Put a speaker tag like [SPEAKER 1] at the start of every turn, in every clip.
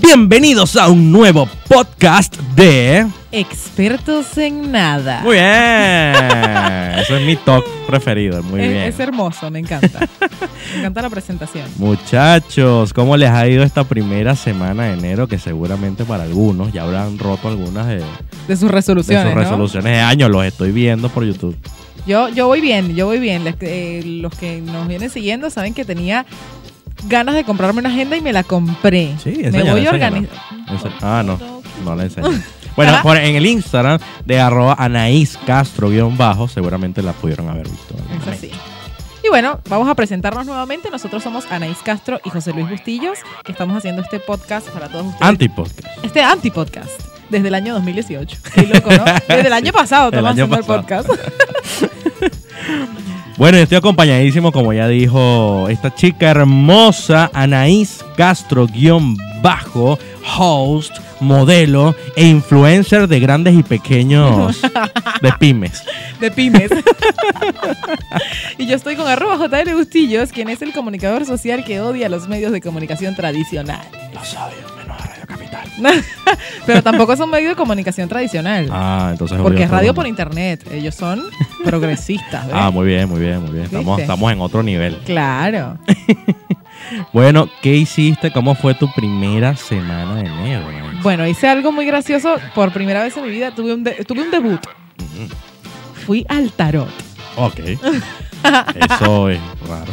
[SPEAKER 1] Bienvenidos a un nuevo podcast de...
[SPEAKER 2] Expertos en nada.
[SPEAKER 1] Muy bien. Ese es mi talk preferido. Muy
[SPEAKER 2] es,
[SPEAKER 1] bien.
[SPEAKER 2] es hermoso, me encanta. me encanta la presentación.
[SPEAKER 1] Muchachos, ¿cómo les ha ido esta primera semana de enero? Que seguramente para algunos ya habrán roto algunas de, de
[SPEAKER 2] De sus
[SPEAKER 1] sus
[SPEAKER 2] resoluciones. ¿no?
[SPEAKER 1] resoluciones de año. Los estoy viendo por YouTube.
[SPEAKER 2] Yo, yo voy bien, yo voy bien. Les- eh, los que nos vienen siguiendo saben que tenía ganas de comprarme una agenda y me la compré.
[SPEAKER 1] Sí,
[SPEAKER 2] me
[SPEAKER 1] enséñala,
[SPEAKER 2] voy
[SPEAKER 1] enséñala.
[SPEAKER 2] a organizar.
[SPEAKER 1] Ense- Ah, no. No la enseño. Bueno, por- en el Instagram de arroba Anaís Castro guión bajo, seguramente la pudieron haber visto.
[SPEAKER 2] Es así. Y bueno, vamos a presentarnos nuevamente. Nosotros somos Anaís Castro y José Luis Bustillos, que estamos haciendo este podcast para todos
[SPEAKER 1] Ah,
[SPEAKER 2] ustedes.
[SPEAKER 1] Antipodcast.
[SPEAKER 2] este antipodcast desde el año 2018. Qué loco, ¿no? Desde el año pasado
[SPEAKER 1] el
[SPEAKER 2] estamos
[SPEAKER 1] año
[SPEAKER 2] haciendo el
[SPEAKER 1] pasado.
[SPEAKER 2] podcast.
[SPEAKER 1] Bueno, yo estoy acompañadísimo, como ya dijo esta chica hermosa, Anaís Castro, guión bajo, host, modelo e influencer de grandes y pequeños, de pymes.
[SPEAKER 2] de pymes. y yo estoy con arroba JL Bustillos, quien es el comunicador social que odia los medios de comunicación tradicional.
[SPEAKER 1] Los odio, menos a Radio Capital.
[SPEAKER 2] Pero tampoco es un medio de comunicación tradicional.
[SPEAKER 1] Ah, entonces...
[SPEAKER 2] porque
[SPEAKER 1] obvio,
[SPEAKER 2] es radio
[SPEAKER 1] perdón.
[SPEAKER 2] por internet. Ellos son progresistas. ¿ves?
[SPEAKER 1] Ah, muy bien, muy bien, muy bien. Estamos,
[SPEAKER 2] ¿Viste?
[SPEAKER 1] estamos en otro nivel.
[SPEAKER 2] Claro.
[SPEAKER 1] Bueno, ¿qué hiciste? ¿Cómo fue tu primera semana de enero? Anaís?
[SPEAKER 2] Bueno, hice algo muy gracioso. Por primera vez en mi vida tuve un, de- tuve un debut. Fui al tarot.
[SPEAKER 1] Ok. Eso es raro.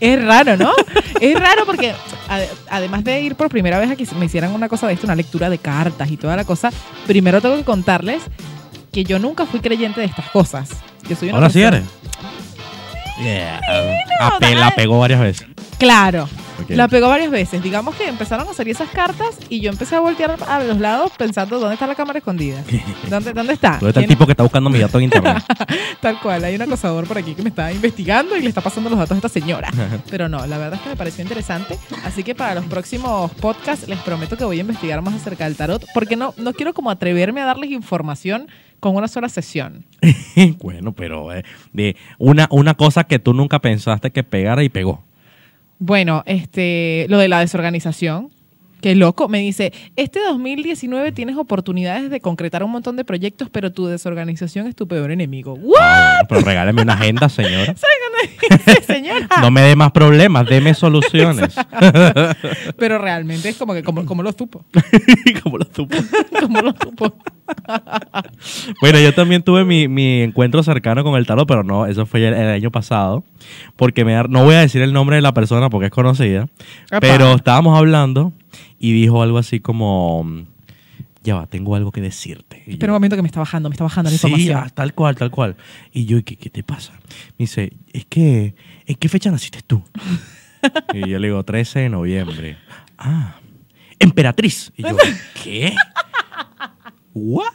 [SPEAKER 2] Es raro, ¿no? es raro porque ade- además de ir por primera vez a que me hicieran una cosa de esto, una lectura de cartas y toda la cosa, primero tengo que contarles que yo nunca fui creyente de estas cosas. Yo soy una
[SPEAKER 1] Ahora sí
[SPEAKER 2] persona-
[SPEAKER 1] eres. Yeah. Ape- la pegó varias veces.
[SPEAKER 2] Claro,
[SPEAKER 1] Ok.
[SPEAKER 2] la pegó varias veces. Digamos que empezaron a salir esas cartas y yo empecé a voltear a los lados pensando dónde está la cámara escondida. ¿Dónde, dónde está?
[SPEAKER 1] ¿Dónde está el
[SPEAKER 2] ¿Quién-
[SPEAKER 1] tipo que está buscando mi dato en internet?
[SPEAKER 2] Tal cual, hay un acosador por aquí que me está investigando y le está pasando los datos a esta señora. Pero no, la verdad es que me pareció interesante. Así que para los próximos podcasts les prometo que voy a investigar más acerca del tarot, porque no, no quiero como atreverme a darles información con una sola sesión.
[SPEAKER 1] bueno, pero eh, de una, una cosa que tú nunca pensaste que pegara y pegó.
[SPEAKER 2] Bueno, este, lo de la desorganización. Qué loco, me dice, este 2019 tienes oportunidades de concretar un montón de proyectos, pero tu desorganización es tu peor enemigo. ¡Wow!
[SPEAKER 1] Ah, bueno, pero regáleme una agenda, señora.
[SPEAKER 2] Señora.
[SPEAKER 1] No me dé más problemas, deme soluciones.
[SPEAKER 2] Pero realmente es como que, como, como lo supo.
[SPEAKER 1] Como lo supo.
[SPEAKER 2] Como lo supo.
[SPEAKER 1] Bueno, yo también tuve mi, mi encuentro cercano con el tarot, pero no, eso fue el, el año pasado. Porque me da- no voy a decir el nombre de la persona porque es conocida.
[SPEAKER 2] Epa.
[SPEAKER 1] Pero estábamos hablando y dijo algo así como: Ya va, tengo algo que decirte. Y yo,
[SPEAKER 2] Espera un momento que me está bajando, me está bajando la
[SPEAKER 1] Sí,
[SPEAKER 2] información.
[SPEAKER 1] ah, tal cual, tal cual. Y yo, ¿y ¿qué, qué te pasa? Me dice, es que, ¿en qué fecha naciste tú? y yo le digo, 13 de noviembre. Ah, emperatriz. Y yo, ¿qué? ¿What?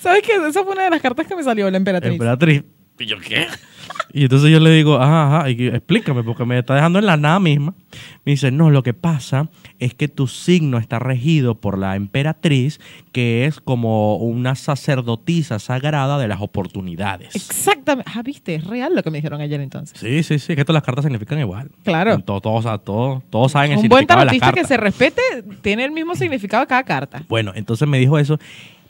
[SPEAKER 2] ¿Sabes qué? Esa fue una de las cartas que me salió, la emperatriz.
[SPEAKER 1] Emperatriz. ¿Y yo qué? Y entonces yo le digo, ajá, ajá, y que- explícame, porque me está dejando en la nada misma. Me dice, no, lo que pasa es que tu signo está regido por la emperatriz, que es como una sacerdotisa sagrada de las oportunidades.
[SPEAKER 2] Exactamente. Ah, viste, es real lo que me dijeron ayer entonces.
[SPEAKER 1] Sí, sí, sí, es que todas las cartas significan igual.
[SPEAKER 2] Claro.
[SPEAKER 1] En to- Todos, a- todos, todos saben el
[SPEAKER 2] Un buen
[SPEAKER 1] significado de las
[SPEAKER 2] tarotista que
[SPEAKER 1] cartas.
[SPEAKER 2] se respete tiene el mismo significado de cada carta.
[SPEAKER 1] Bueno, entonces me dijo eso.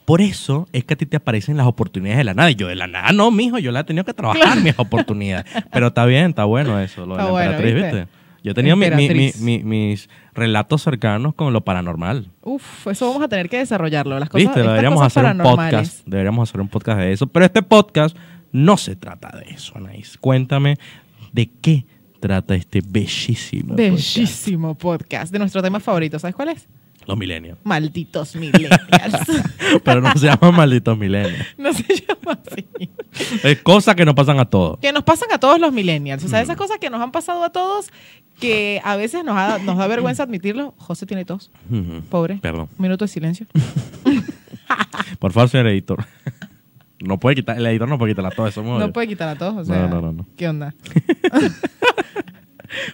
[SPEAKER 1] Por eso es que a ti te aparecen las oportunidades de la nada. Y yo, de la nada, no, mijo, yo la he tenido que trabajar mis oportunidades. Pero está bien, está bueno eso, lo de
[SPEAKER 2] Está
[SPEAKER 1] la
[SPEAKER 2] bueno,
[SPEAKER 1] emperatriz,
[SPEAKER 2] ¿viste?
[SPEAKER 1] ¿viste? Yo tenía mi- mi- mi-
[SPEAKER 2] Emperatriz.
[SPEAKER 1] mi- mis relatos cercanos con lo paranormal.
[SPEAKER 2] Uf, eso vamos a tener que desarrollarlo. Las cosas,
[SPEAKER 1] ¿Viste?
[SPEAKER 2] estas
[SPEAKER 1] Deberíamos
[SPEAKER 2] cosas
[SPEAKER 1] hacer un
[SPEAKER 2] paranormales.
[SPEAKER 1] podcast. Deberíamos hacer un podcast de eso. Pero este podcast no se trata de eso, Anaís. Cuéntame de qué trata este bellísimo podcast.
[SPEAKER 2] Bellísimo podcast de nuestro tema favorito. ¿Sabes cuál es?
[SPEAKER 1] Los milenios.
[SPEAKER 2] Malditos millennials.
[SPEAKER 1] Pero no se llaman malditos milenios.
[SPEAKER 2] no se llama así.
[SPEAKER 1] Es cosas que nos pasan a todos.
[SPEAKER 2] Que nos pasan a todos los millennials. O
[SPEAKER 1] Mm.
[SPEAKER 2] sea, esas cosas que nos han pasado a todos que a veces nos, ha- nos da vergüenza admitirlo. José tiene tos.
[SPEAKER 1] Ujú.
[SPEAKER 2] Pobre.
[SPEAKER 1] Perdón.
[SPEAKER 2] Minuto de silencio.
[SPEAKER 1] Por favor, señor editor. No puede quitar, el editor no puede quitarla todo eso.
[SPEAKER 2] No puede quitar a todos, o sea,
[SPEAKER 1] no, no, no.
[SPEAKER 2] ¿qué onda?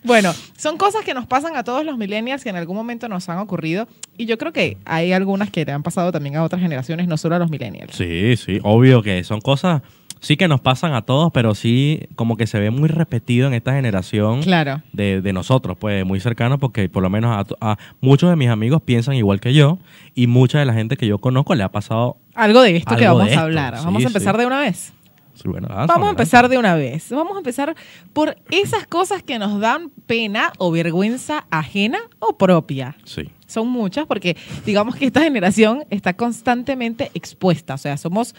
[SPEAKER 2] bueno, son cosas que nos pasan a todos los millennials que en algún momento nos han ocurrido y yo creo que hay algunas que le han pasado también a otras generaciones, no solo a los millennials.
[SPEAKER 1] Sí, sí, obvio que son cosas sí que nos pasan a todos, pero sí como que se ve muy repetido en esta generación
[SPEAKER 2] Claro.
[SPEAKER 1] de, de nosotros, pues muy cercano, porque por lo menos a, to- a muchos de mis amigos piensan igual que yo y mucha de la gente que yo conozco le ha pasado...
[SPEAKER 2] Algo de esto que
[SPEAKER 1] Algo de
[SPEAKER 2] vamos a
[SPEAKER 1] esto,
[SPEAKER 2] hablar.
[SPEAKER 1] sí, Ah,
[SPEAKER 2] vamos a empezar
[SPEAKER 1] sí.
[SPEAKER 2] de una vez.
[SPEAKER 1] Sí, bueno,
[SPEAKER 2] Vamos a empezar de una vez. Vamos a empezar por esas cosas que nos dan pena o vergüenza ajena o propia.
[SPEAKER 1] Sí.
[SPEAKER 2] Son muchas porque digamos que esta generación está constantemente expuesta. O sea, somos...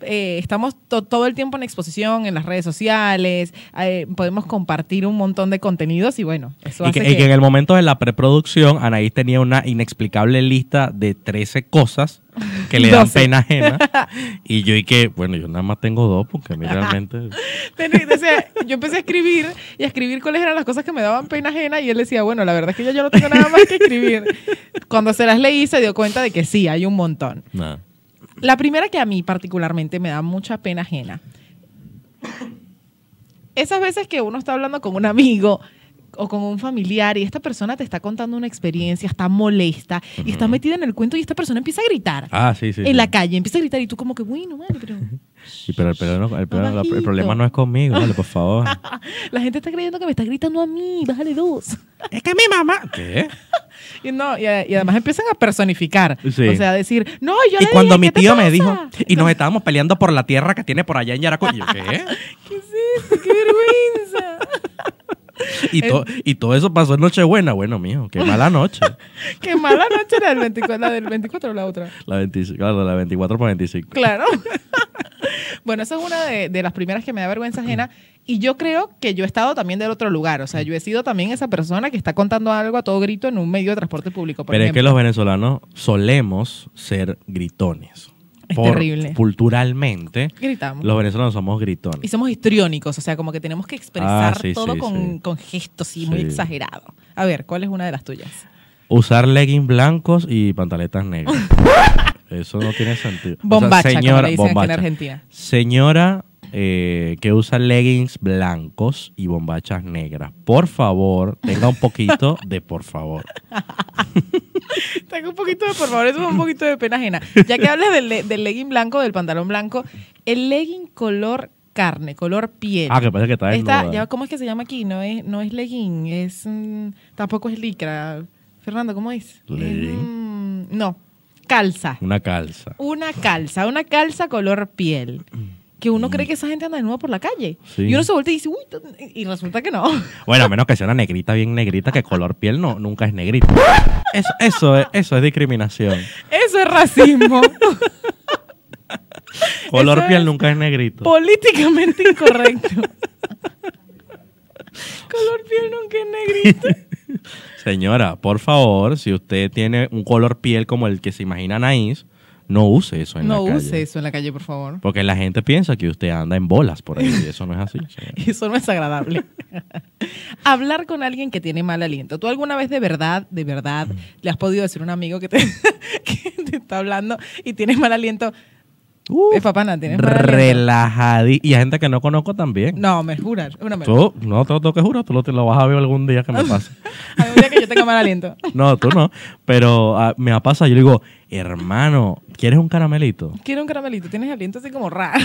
[SPEAKER 2] eh, estamos to- todo el tiempo en exposición, en las redes sociales, eh, podemos compartir un montón de contenidos y bueno, eso
[SPEAKER 1] Y
[SPEAKER 2] hace
[SPEAKER 1] que, y
[SPEAKER 2] que...
[SPEAKER 1] que en el momento de la preproducción, Anaís tenía una inexplicable lista de 13 cosas que le dan
[SPEAKER 2] Doce.
[SPEAKER 1] pena ajena. Y yo, y que, bueno, yo nada más tengo dos, porque a mí realmente.
[SPEAKER 2] Ten- o sea, yo empecé a escribir y a escribir cuáles eran las cosas que me daban pena ajena y él decía, bueno, la verdad es que ya yo no tengo nada más que escribir. Cuando se las leí se dio cuenta de que sí, hay un montón.
[SPEAKER 1] nada.
[SPEAKER 2] La primera que a mí particularmente me da mucha pena ajena. Esas veces que uno está hablando con un amigo o con un familiar y esta persona te está contando una experiencia, está molesta y está metida en el cuento y esta persona empieza a gritar.
[SPEAKER 1] Ah, sí, sí.
[SPEAKER 2] en
[SPEAKER 1] sí.
[SPEAKER 2] la calle, empieza a gritar y tú como que, bueno, madre, pero
[SPEAKER 1] Sí, pero el, pero no- el- pero la- el
[SPEAKER 2] Bajito.
[SPEAKER 1] problema no es conmigo, vale, por favor.
[SPEAKER 2] la gente está creyendo que me está gritando a mí, bájale dos.
[SPEAKER 1] es que mi mamá. ¿Qué?
[SPEAKER 2] Y, no, y, a- y además empiezan a personificar.
[SPEAKER 1] Sí.
[SPEAKER 2] O sea, a decir, no, yo
[SPEAKER 1] Y
[SPEAKER 2] le
[SPEAKER 1] cuando
[SPEAKER 2] dije,
[SPEAKER 1] mi
[SPEAKER 2] ¿qué te
[SPEAKER 1] tío me
[SPEAKER 2] pasa?
[SPEAKER 1] dijo, y nos estábamos peleando por la tierra que tiene por allá en Yaracuy. Y yo, ¿qué?
[SPEAKER 2] ¿Qué es esto? ¡Qué vergüenza!
[SPEAKER 1] Y, to- y todo eso pasó en Nochebuena. Bueno, mío, qué mala noche.
[SPEAKER 2] ¡Qué mala noche era el 24, la del 24 o la otra!
[SPEAKER 1] La 25, claro, la 24 por 25.
[SPEAKER 2] Claro. bueno, esa es una de, de las primeras que me da vergüenza ajena. Y yo creo que yo he estado también del otro lugar. O sea, yo he sido también esa persona que está contando algo a todo grito en un medio de transporte público, por
[SPEAKER 1] Pero es que
[SPEAKER 2] ejemplo.
[SPEAKER 1] los venezolanos solemos ser gritones.
[SPEAKER 2] Es terrible.
[SPEAKER 1] Culturalmente,
[SPEAKER 2] Gritamos.
[SPEAKER 1] los venezolanos somos
[SPEAKER 2] Y
[SPEAKER 1] gritones.
[SPEAKER 2] somos histriónicos, o sea, como que tenemos que expresar
[SPEAKER 1] Ah, sí,
[SPEAKER 2] todo
[SPEAKER 1] sí,
[SPEAKER 2] con,
[SPEAKER 1] sí.
[SPEAKER 2] con gestos y muy
[SPEAKER 1] Sí.
[SPEAKER 2] exagerado. A ver, ¿cuál es una de las tuyas?
[SPEAKER 1] Usar leggings blancos y pantaletas negras. Eso no tiene sentido. O sea,
[SPEAKER 2] Bombacha, como
[SPEAKER 1] señora,
[SPEAKER 2] le dicen aquí en
[SPEAKER 1] bombacha.
[SPEAKER 2] Argentina.
[SPEAKER 1] Señora eh, que usa leggings blancos y bombachas negras, por favor, tenga un poquito de por favor.
[SPEAKER 2] Tengo un poquito de, por favor, eso es un poquito de pena ajena. Ya que hablas del, le- del legging blanco, del pantalón blanco, el legging color carne, color piel.
[SPEAKER 1] Ah, que parece que está
[SPEAKER 2] Esta,
[SPEAKER 1] desnuda.
[SPEAKER 2] ya, ¿Cómo es que se llama aquí? No es, no es legging, es, mm, tampoco es licra. Fernando, ¿cómo es?
[SPEAKER 1] Legging.
[SPEAKER 2] Es, mm, no, calza.
[SPEAKER 1] Una calza.
[SPEAKER 2] Una calza, una calza color piel. Que uno cree que esa gente anda desnuda por la calle.
[SPEAKER 1] Sí.
[SPEAKER 2] Y uno se voltea y dice, uy, t- y resulta que no.
[SPEAKER 1] Bueno, a menos que sea una negrita bien negrita, que color piel no, nunca es negrita. Eso, eso, es, eso es discriminación.
[SPEAKER 2] Eso es racismo.
[SPEAKER 1] Color
[SPEAKER 2] Eso
[SPEAKER 1] piel
[SPEAKER 2] es
[SPEAKER 1] nunca es negrito.
[SPEAKER 2] Políticamente incorrecto. color piel nunca es negrito.
[SPEAKER 1] Señora, por favor, si usted tiene un color piel como el que se imagina Anaís, no use eso en
[SPEAKER 2] No
[SPEAKER 1] la calle.
[SPEAKER 2] use eso en la calle, por favor.
[SPEAKER 1] Porque la gente piensa que usted anda en bolas por ahí y eso no es así. señora.
[SPEAKER 2] Eso no es agradable. Hablar con alguien que tiene mal aliento. ¿Tú alguna vez de verdad, de verdad, le has podido decir a un amigo que te, que te está hablando y tienes mal aliento?
[SPEAKER 1] Uh,
[SPEAKER 2] Eh, papá, no, tienes mal aliento.
[SPEAKER 1] relajadí. Y hay gente que no conozco también.
[SPEAKER 2] No, me juras. Una me
[SPEAKER 1] Tú, no te lo tengo que jurar, tú lo, te lo vas a ver algún día que me pase.
[SPEAKER 2] Algún día que yo tenga mal aliento.
[SPEAKER 1] No, tú no. Pero ah, me ha pasado, yo le digo, hermano, ¿quieres un caramelito?
[SPEAKER 2] Quiero un caramelito. Tienes aliento así como raro.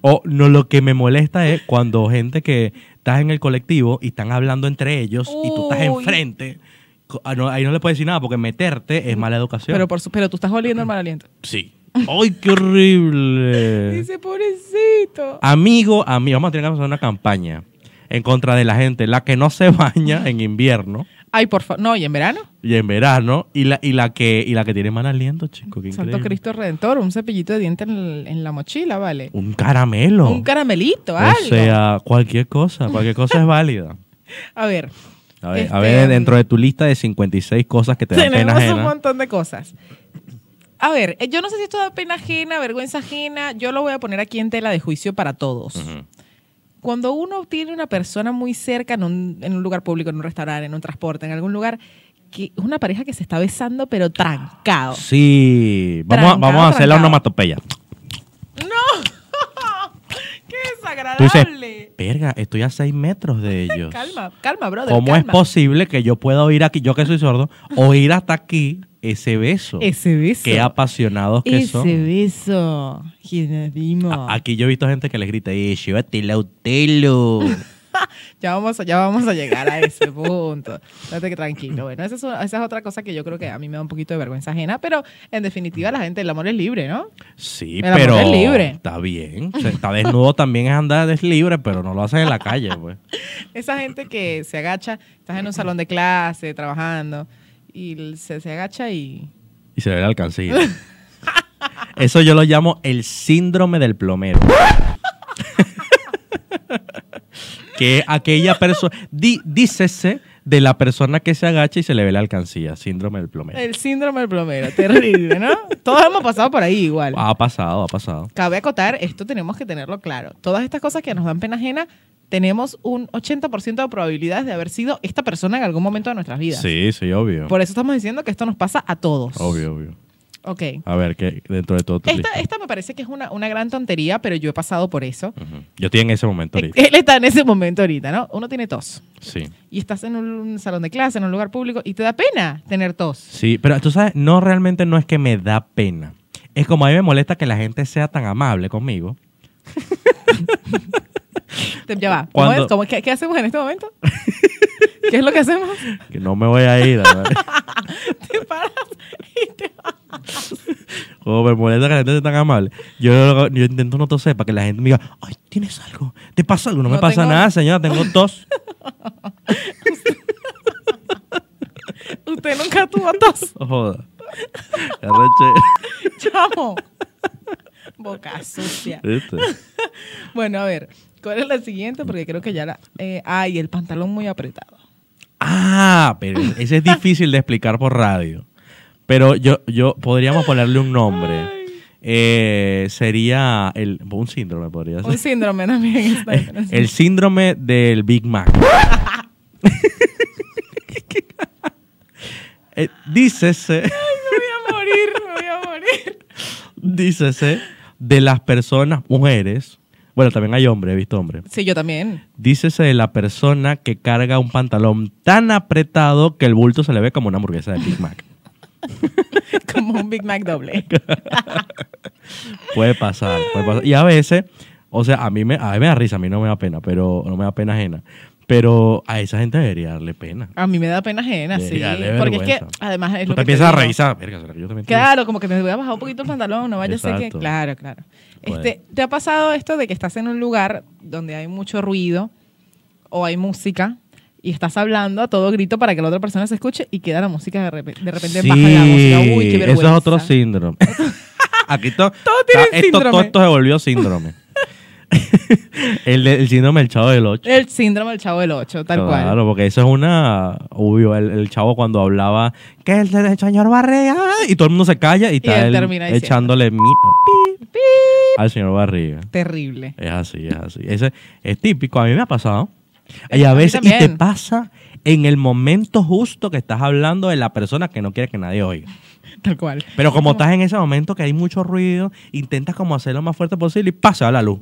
[SPEAKER 1] O no, lo que me molesta es cuando gente que estás en el colectivo y están hablando entre ellos y tú estás
[SPEAKER 2] Uy.
[SPEAKER 1] enfrente. co- ah, no, ahí no le puedes decir nada porque meterte es mala educación.
[SPEAKER 2] Pero, por su- pero tú estás oliendo el mal aliento.
[SPEAKER 1] sí. ¡Ay, qué horrible!
[SPEAKER 2] Dice, pobrecito.
[SPEAKER 1] Amigo, amigo, vamos a tener que hacer una campaña en contra de la gente, la que no se baña en invierno
[SPEAKER 2] Ay, por favor. No, y en verano.
[SPEAKER 1] y en verano y la, y la, que, y la que tiene mal aliento, chico. qué
[SPEAKER 2] Santo
[SPEAKER 1] increíble.
[SPEAKER 2] Cristo Redentor. Un cepillito de dientes en, el- en la mochila, ¿vale?
[SPEAKER 1] Un caramelo.
[SPEAKER 2] Un caramelito,
[SPEAKER 1] o
[SPEAKER 2] algo.
[SPEAKER 1] sea, cualquier cosa, cualquier cosa es válida.
[SPEAKER 2] A ver.
[SPEAKER 1] A ver,
[SPEAKER 2] Este,
[SPEAKER 1] a ver, dentro de tu lista de 56 cosas que te dan pena
[SPEAKER 2] Tenemos un
[SPEAKER 1] ajena.
[SPEAKER 2] montón de cosas. A ver, eh, yo no sé si esto da pena ajena, vergüenza ajena. Yo lo voy a poner aquí en tela de juicio para todos.
[SPEAKER 1] Ujú.
[SPEAKER 2] Cuando uno tiene una persona muy cerca en un, en un lugar público, en un restaurante, en un transporte, en algún lugar, que es una pareja que se está besando pero trancado.
[SPEAKER 1] Sí, vamos, a-
[SPEAKER 2] Trancado,
[SPEAKER 1] vamos a hacer la
[SPEAKER 2] trancado.
[SPEAKER 1] onomatopeya.
[SPEAKER 2] ¡Qué
[SPEAKER 1] Tú dices,
[SPEAKER 2] desagradable!
[SPEAKER 1] verga, estoy a 6 metros de ellos.
[SPEAKER 2] Calma, calma, brother.
[SPEAKER 1] ¿Cómo es
[SPEAKER 2] calma.
[SPEAKER 1] posible que yo pueda oír aquí, yo que soy sordo, oír hasta aquí ese beso.
[SPEAKER 2] Ese beso.
[SPEAKER 1] Qué apasionados que
[SPEAKER 2] Ese
[SPEAKER 1] son.
[SPEAKER 2] beso. Geronimo.
[SPEAKER 1] A- Aquí yo he visto gente que les grita, "Eh, llévatela, Otelo.
[SPEAKER 2] Ya vamos, a- ya vamos a llegar a ese punto. Date que tranquilo. Bueno, esa es, una- esa es otra cosa que yo creo que a mí me da un poquito de vergüenza ajena, pero en definitiva la gente, el amor es libre, ¿no?
[SPEAKER 1] Sí,
[SPEAKER 2] El amor
[SPEAKER 1] pero
[SPEAKER 2] es libre.
[SPEAKER 1] está bien. O sea, está desnudo también es andar es libre, pero no lo hacen en la calle, pues.
[SPEAKER 2] Esa gente que se agacha, estás en un salón de clase, trabajando, y se, se agacha y...
[SPEAKER 1] Y se ve la alcancía. Eso yo lo llamo el síndrome del plomero. que aquella persona, dícese de la persona que se agacha y se le ve la alcancía, síndrome del plomero.
[SPEAKER 2] El síndrome del plomero, terrible, ¿no? Todos hemos pasado por ahí igual.
[SPEAKER 1] Ha pasado, ha pasado.
[SPEAKER 2] Cabe acotar, esto tenemos que tenerlo claro. Todas estas cosas que nos dan pena ajena, tenemos un 80% de probabilidades de haber sido esta persona en algún momento de nuestras vidas.
[SPEAKER 1] Sí, sí, obvio.
[SPEAKER 2] Por eso estamos diciendo que esto nos pasa a todos.
[SPEAKER 1] Obvio, obvio.
[SPEAKER 2] Ok.
[SPEAKER 1] A ver, que dentro de todo tu
[SPEAKER 2] Esta,
[SPEAKER 1] lista.
[SPEAKER 2] esta me parece que es una, una gran tontería, pero yo he pasado por eso. Eh,
[SPEAKER 1] Ujú. Yo estoy en ese momento ahorita.
[SPEAKER 2] Él está en ese momento ahorita, ¿no? Uno tiene tos
[SPEAKER 1] Sí.
[SPEAKER 2] y estás en un, un salón de clase, en un lugar público y te da pena tener tos.
[SPEAKER 1] Sí, pero tú sabes, no realmente no es que me da pena. Es como a mí me molesta que la gente sea tan amable conmigo.
[SPEAKER 2] Te- Ya va. ¿Cómo
[SPEAKER 1] Cuando-
[SPEAKER 2] es? ¿Cómo- qué, qué hacemos en este momento? ¿Qué es lo que hacemos?
[SPEAKER 1] Que no me voy a ir. a ver.
[SPEAKER 2] Te paras y te vas.
[SPEAKER 1] Como me molesta que la gente sea tan amable. Yo, yo intento no toser para que la gente me diga, ay, ¿tienes algo? ¿Te pasa algo? No, me
[SPEAKER 2] No
[SPEAKER 1] pasa
[SPEAKER 2] tengo-
[SPEAKER 1] nada, señora, tengo tos.
[SPEAKER 2] Usted nunca tuvo tos,
[SPEAKER 1] No Joda. Qué arreche-
[SPEAKER 2] chamo. Boca sucia.
[SPEAKER 1] ¿Viste?
[SPEAKER 2] Bueno, a ver, ¿cuál es la siguiente? Porque creo que ya la... eh, ay, el pantalón muy apretado.
[SPEAKER 1] Ah, pero ese es difícil de explicar por radio. Pero yo, yo podríamos ponerle un nombre. Eh, sería el, un síndrome, podría ser.
[SPEAKER 2] Un síndrome también. está bien, así.
[SPEAKER 1] Eh, El síndrome del Big Mac. Eh, dícese,
[SPEAKER 2] Me voy a morir, me voy a morir.
[SPEAKER 1] dícese de las personas, mujeres, bueno, también hay hombres, he visto hombres.
[SPEAKER 2] Sí, yo también.
[SPEAKER 1] Dícese de la persona que carga un pantalón tan apretado que el bulto se le ve como una hamburguesa de Big Mac.
[SPEAKER 2] Como un Big Mac doble.
[SPEAKER 1] Puede pasar, puede pasar. Y a veces, o sea, a mí, me, a mí me da risa, a mí no me da pena, pero no me da pena ajena. Pero a esa gente debería darle pena.
[SPEAKER 2] A mí me da pena ajena, sí.
[SPEAKER 1] Dale
[SPEAKER 2] Porque es que,
[SPEAKER 1] vergüenza.
[SPEAKER 2] además, es
[SPEAKER 1] Tú te
[SPEAKER 2] lo que te
[SPEAKER 1] empiezas a
[SPEAKER 2] digo.
[SPEAKER 1] revisar. Verga, ¿será que yo también tengo?
[SPEAKER 2] Claro, como que me voy a bajar un poquito el pantalón, no vaya a ser que...
[SPEAKER 1] Exacto.
[SPEAKER 2] Claro, claro.
[SPEAKER 1] Bueno.
[SPEAKER 2] Este, ¿Te ha pasado esto de que estás en un lugar donde hay mucho ruido o hay música y estás hablando a todo grito para que la otra persona se escuche y queda la música de repente, de repente baja la música? Uy, qué vergüenza.
[SPEAKER 1] Eso es otro síndrome. Aquí to-
[SPEAKER 2] Todo tiene
[SPEAKER 1] está- esto,
[SPEAKER 2] síndrome.
[SPEAKER 1] todo esto se volvió síndrome. el, de- el síndrome del chavo del 8.
[SPEAKER 2] El síndrome del chavo del 8, tal cual.
[SPEAKER 1] Claro, porque eso es una. Obvio, el, el chavo cuando hablaba que el, el señor Barriga. Y todo el mundo se calla y está
[SPEAKER 2] él
[SPEAKER 1] él
[SPEAKER 2] termina diciendo.
[SPEAKER 1] echándole mi, al señor Barriga.
[SPEAKER 2] Terrible.
[SPEAKER 1] Es así, es así. Ese es típico. A mí me ha pasado. Y
[SPEAKER 2] A
[SPEAKER 1] a
[SPEAKER 2] mí
[SPEAKER 1] veces y te
[SPEAKER 2] también.
[SPEAKER 1] pasa en el momento justo que estás hablando de la persona que no quiere que nadie oiga.
[SPEAKER 2] Tal cual.
[SPEAKER 1] Pero como estás en ese momento que hay mucho ruido, intentas como hacer lo más fuerte posible y pasa la luz.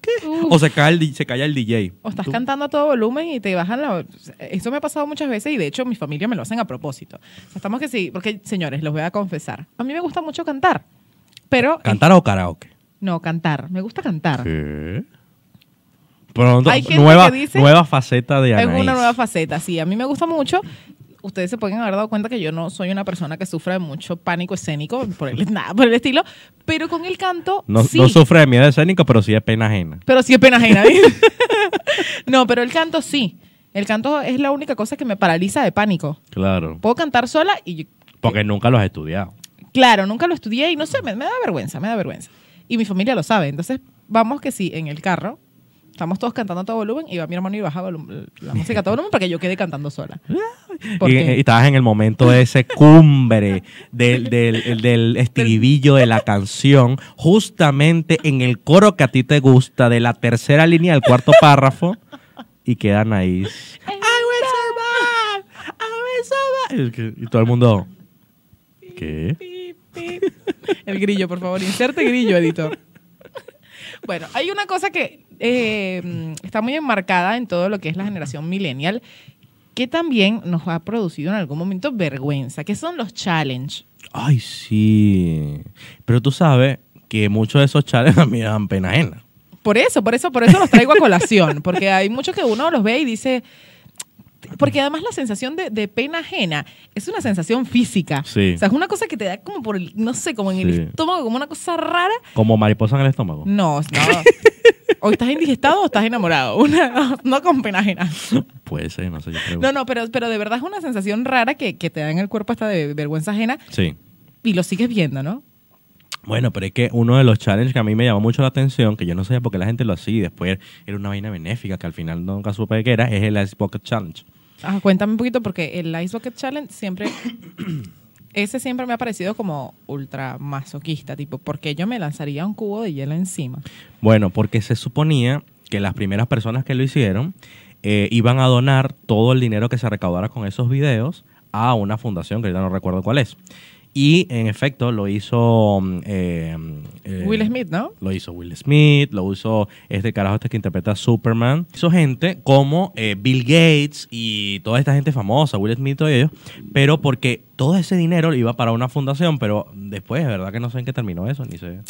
[SPEAKER 1] ¿Qué?
[SPEAKER 2] Uf.
[SPEAKER 1] O se, cae el, di- se calla el DJ.
[SPEAKER 2] O estás
[SPEAKER 1] Tú-
[SPEAKER 2] cantando a todo volumen y te bajan la... Eso me ha pasado muchas veces y de hecho mi familia me lo hacen a propósito. O sea, estamos que sí, porque señores, los voy a confesar. A mí me gusta mucho cantar, pero...
[SPEAKER 1] ¿Cantar o karaoke?
[SPEAKER 2] No, cantar. Me gusta cantar.
[SPEAKER 1] ¿Qué? Pronto,
[SPEAKER 2] Hay gente
[SPEAKER 1] nueva,
[SPEAKER 2] que dice-
[SPEAKER 1] nueva faceta de
[SPEAKER 2] Es
[SPEAKER 1] Anaís.
[SPEAKER 2] una nueva faceta, sí. A mí me gusta mucho. Ustedes se pueden haber dado cuenta que yo no soy una persona que sufra de mucho pánico escénico, por el, nada por el estilo, pero con el canto
[SPEAKER 1] No,
[SPEAKER 2] sí.
[SPEAKER 1] no sufre de miedo escénico, pero sí de pena ajena.
[SPEAKER 2] Pero sí es pena ajena. ¿viste? no, pero el canto sí. El canto es la única cosa que me paraliza de pánico.
[SPEAKER 1] Claro.
[SPEAKER 2] Puedo cantar sola y yo-
[SPEAKER 1] Porque nunca lo has estudiado.
[SPEAKER 2] claro, nunca lo estudié y no sé, me, me da vergüenza, me da vergüenza. Y mi familia lo sabe. Entonces, vamos que sí, en el carro, estamos todos cantando a todo volumen y va mi hermano y baja volum- la música a todo volumen para que yo quede cantando sola. ¿Por
[SPEAKER 1] Y,
[SPEAKER 2] qué?
[SPEAKER 1] y estabas en el momento de ese cumbre del, del- el- del estribillo de la canción, justamente en el coro que a ti te gusta, de la tercera línea al cuarto párrafo, y quedan ahí. I will survive, I will survive. Y todo el mundo. ¿Qué?
[SPEAKER 2] Pip, pip. El grillo, por favor, inserte grillo, editor. Bueno, hay una cosa que eh, está muy enmarcada en todo lo que es la generación millennial, que también nos ha producido en algún momento vergüenza, que son los challenge.
[SPEAKER 1] Ay, sí. Pero tú sabes que muchos de esos chales a mí me dan pena ajena.
[SPEAKER 2] Por eso, por eso, por eso los traigo a colación, porque hay muchos que uno los ve y dice, porque además la sensación de, de pena ajena es una sensación física.
[SPEAKER 1] Sí.
[SPEAKER 2] O sea, es una cosa que te da como por, el- no sé, como en
[SPEAKER 1] Sí.
[SPEAKER 2] el estómago, como una cosa rara.
[SPEAKER 1] Como mariposa en el estómago.
[SPEAKER 2] No, no. O estás indigestado o estás enamorado. Una, no, no con pena ajena.
[SPEAKER 1] Puede ser, no sé. Yo creo.
[SPEAKER 2] No, no, pero, pero de verdad es una sensación rara que, que te da en el cuerpo hasta de vergüenza ajena
[SPEAKER 1] Sí.
[SPEAKER 2] y lo sigues viendo, ¿no?
[SPEAKER 1] Bueno, pero es que uno de los challenges que a mí me llamó mucho la atención, que yo no sabía por qué la gente lo hacía y después era una vaina benéfica que al final nunca supe de qué era, es el Ice Bucket Challenge.
[SPEAKER 2] Ah, cuéntame un poquito porque el Ice Bucket Challenge siempre, ese siempre me ha parecido como ultra masoquista, tipo, porque yo me lanzaría un cubo de hielo encima.
[SPEAKER 1] Bueno, porque se suponía que las primeras personas que lo hicieron eh, iban a donar todo el dinero que se recaudara con esos videos a una fundación que ahorita no recuerdo cuál es. Y en efecto lo hizo... mm, eh, mm, eh,
[SPEAKER 2] Will Smith, ¿no?
[SPEAKER 1] Lo hizo Will Smith, lo hizo este carajo este que interpreta a Superman. Hizo gente como eh, Bill Gates y toda esta gente famosa, Will Smith y todos ellos, pero porque todo ese dinero iba para una fundación, pero después, de verdad que no sé en qué terminó eso, ni sé.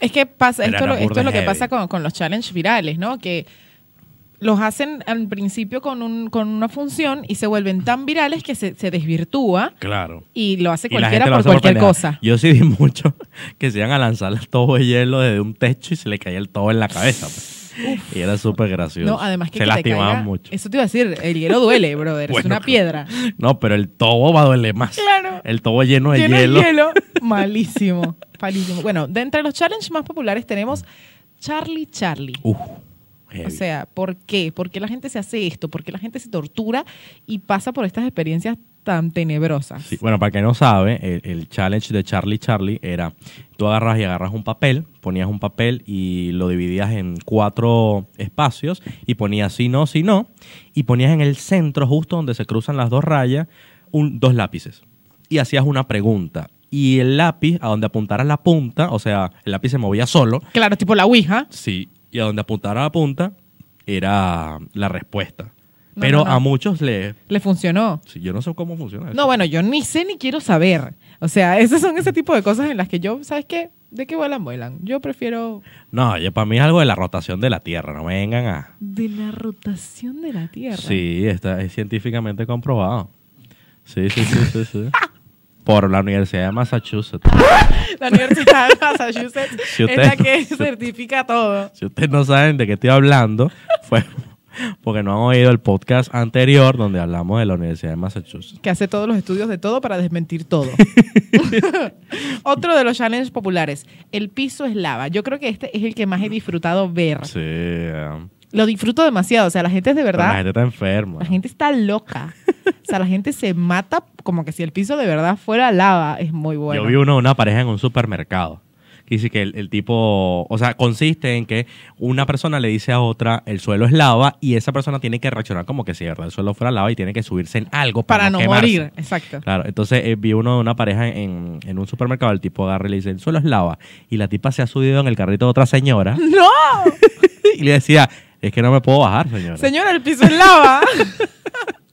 [SPEAKER 2] Es que pasa,
[SPEAKER 1] Pero
[SPEAKER 2] esto,
[SPEAKER 1] era
[SPEAKER 2] lo- esto es lo que
[SPEAKER 1] burda
[SPEAKER 2] pasa
[SPEAKER 1] heavy.
[SPEAKER 2] con, con los challenge virales, ¿no? Que los hacen al principio con, un, con una función y se vuelven tan virales que se, se desvirtúa
[SPEAKER 1] Claro.
[SPEAKER 2] y lo hace
[SPEAKER 1] Y la
[SPEAKER 2] cualquiera
[SPEAKER 1] gente lo
[SPEAKER 2] por
[SPEAKER 1] hace
[SPEAKER 2] cualquier
[SPEAKER 1] pendeja.
[SPEAKER 2] cosa.
[SPEAKER 1] Yo sí vi mucho que se iban a lanzar el todo de hielo desde un techo y se le caía el todo en la cabeza. pues. Y era súper gracioso.
[SPEAKER 2] No, además
[SPEAKER 1] se
[SPEAKER 2] que, que te
[SPEAKER 1] lastimaban
[SPEAKER 2] caiga-
[SPEAKER 1] mucho.
[SPEAKER 2] Eso te iba a decir, el hielo duele, brother, es
[SPEAKER 1] Bueno,
[SPEAKER 2] una piedra.
[SPEAKER 1] No, pero el tobo va a doler más.
[SPEAKER 2] Claro.
[SPEAKER 1] El tobo lleno de
[SPEAKER 2] Lleno de
[SPEAKER 1] hielo.
[SPEAKER 2] hielo. Malísimo, malísimo. Bueno, de entre los challenges más populares tenemos Charlie Charlie.
[SPEAKER 1] Uf,
[SPEAKER 2] O
[SPEAKER 1] heavy.
[SPEAKER 2] sea, ¿por qué? ¿Por qué la gente se hace esto? ¿Por qué la gente se tortura y pasa por estas experiencias tan tenebrosas?
[SPEAKER 1] Sí, Bueno, para el que no sabe, el, el challenge de Charlie Charlie era, tú agarras y agarras un papel, ponías un papel y lo dividías en cuatro espacios y ponías sí, no, sí, no, y ponías en el centro, justo donde se cruzan las dos rayas, un- dos lápices. Y hacías una pregunta. Y el lápiz, a donde apuntara la punta, o sea, el lápiz se movía solo,
[SPEAKER 2] Claro, tipo la Ouija.
[SPEAKER 1] Sí, y a donde apuntara la punta era la respuesta.
[SPEAKER 2] No,
[SPEAKER 1] Pero
[SPEAKER 2] no, no.
[SPEAKER 1] a muchos le...
[SPEAKER 2] Le funcionó.
[SPEAKER 1] sí, yo no sé cómo funciona eso.
[SPEAKER 2] No, bueno, yo ni sé ni quiero saber. O sea, esas son ese tipo de cosas en las que yo, ¿sabes qué? ¿De qué vuelan? Vuelan. Yo prefiero
[SPEAKER 1] No, yo, para mí es algo de la rotación de la Tierra, no me vengan a...
[SPEAKER 2] de la rotación de la Tierra.
[SPEAKER 1] Sí, está, es científicamente comprobado. Sí, sí, sí, sí, sí. Por la Universidad de Massachusetts.
[SPEAKER 2] La Universidad de Massachusetts
[SPEAKER 1] Si usted
[SPEAKER 2] es la
[SPEAKER 1] no-
[SPEAKER 2] que
[SPEAKER 1] si-
[SPEAKER 2] certifica todo.
[SPEAKER 1] Si ustedes no saben de qué estoy hablando, fue porque no han oído el podcast anterior donde hablamos de la Universidad de Massachusetts.
[SPEAKER 2] que hace todos los estudios de todo para desmentir todo. Otro de los challenges populares, el piso es lava. Yo creo que este es el que más he disfrutado ver.
[SPEAKER 1] Sí. eh,
[SPEAKER 2] Lo disfruto demasiado, o sea, la gente es de
[SPEAKER 1] pero La
[SPEAKER 2] verdad,
[SPEAKER 1] gente está enferma.
[SPEAKER 2] la gente está loca. O sea, la gente se mata como que si el piso de verdad fuera lava, es muy bueno.
[SPEAKER 1] Yo vi uno de una pareja en un supermercado. Que dice que el, el tipo, o sea, consiste en que una persona le dice a otra, el suelo es lava, y esa persona tiene que reaccionar como que si de verdad el suelo fuera lava y tiene que subirse en algo para,
[SPEAKER 2] para no
[SPEAKER 1] quemarse.
[SPEAKER 2] morir, exacto.
[SPEAKER 1] Claro, entonces eh, vi uno de una pareja en, en un supermercado, el tipo agarra y le dice, el suelo es lava, y la tipa se ha subido en el carrito de otra señora,
[SPEAKER 2] ¡No!
[SPEAKER 1] y le decía, es que no me puedo bajar, señora.
[SPEAKER 2] Señora, el piso es lava.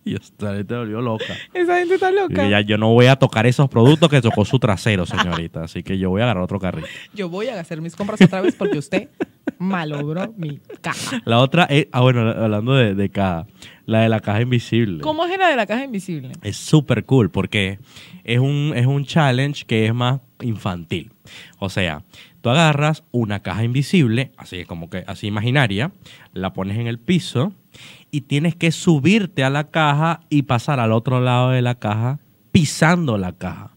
[SPEAKER 1] Y esta gente volvió loca.
[SPEAKER 2] Esa gente está
[SPEAKER 1] Y
[SPEAKER 2] loca.
[SPEAKER 1] ella, yo no voy a tocar esos productos que tocó su trasero, señorita, así que yo voy a agarrar otro carrito.
[SPEAKER 2] Yo voy a hacer mis compras otra vez porque usted malogró mi caja.
[SPEAKER 1] La otra es, ah, bueno, hablando de, de caja, la de la caja invisible.
[SPEAKER 2] ¿Cómo es la de la caja invisible?
[SPEAKER 1] Es súper cool porque es un, es un challenge que es más infantil. O sea, tú agarras una caja invisible, así como que así imaginaria, la pones en el piso y tienes que subirte a la caja y pasar al otro lado de la caja pisando la caja.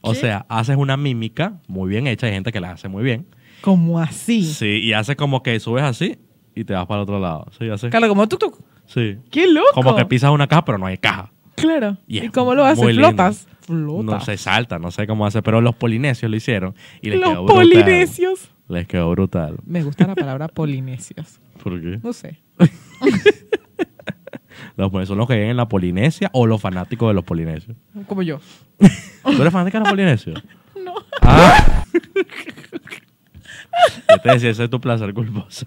[SPEAKER 1] O
[SPEAKER 2] ¿Qué?
[SPEAKER 1] sea, haces una mímica muy bien hecha, hay gente que la hace muy bien.
[SPEAKER 2] ¿Cómo así?
[SPEAKER 1] Sí, y hace como que subes así y te vas para el otro lado. Sí, hace-
[SPEAKER 2] Claro, como tú, tú.
[SPEAKER 1] sí.
[SPEAKER 2] ¡Qué loco!
[SPEAKER 1] Como que pisas una caja, pero no hay caja.
[SPEAKER 2] Claro.
[SPEAKER 1] Y
[SPEAKER 2] ¿Y
[SPEAKER 1] es
[SPEAKER 2] cómo lo haces?
[SPEAKER 1] muy lindo.
[SPEAKER 2] ¿Flotas? Flotas.
[SPEAKER 1] No se salta, no sé cómo hace, pero los polinesios lo hicieron y les
[SPEAKER 2] Los
[SPEAKER 1] quedó brutal.
[SPEAKER 2] polinesios.
[SPEAKER 1] Les quedó brutal.
[SPEAKER 2] Me gusta la palabra polinesios.
[SPEAKER 1] ¿Por qué?
[SPEAKER 2] No sé.
[SPEAKER 1] Los polinesios son los que viven en la Polinesia o los fanáticos de los polinesios.
[SPEAKER 2] Como yo.
[SPEAKER 1] ¿Tú eres fanática de los polinesios?
[SPEAKER 2] No.
[SPEAKER 1] ¡Ah! Yo te decía, ese es tu placer culposo.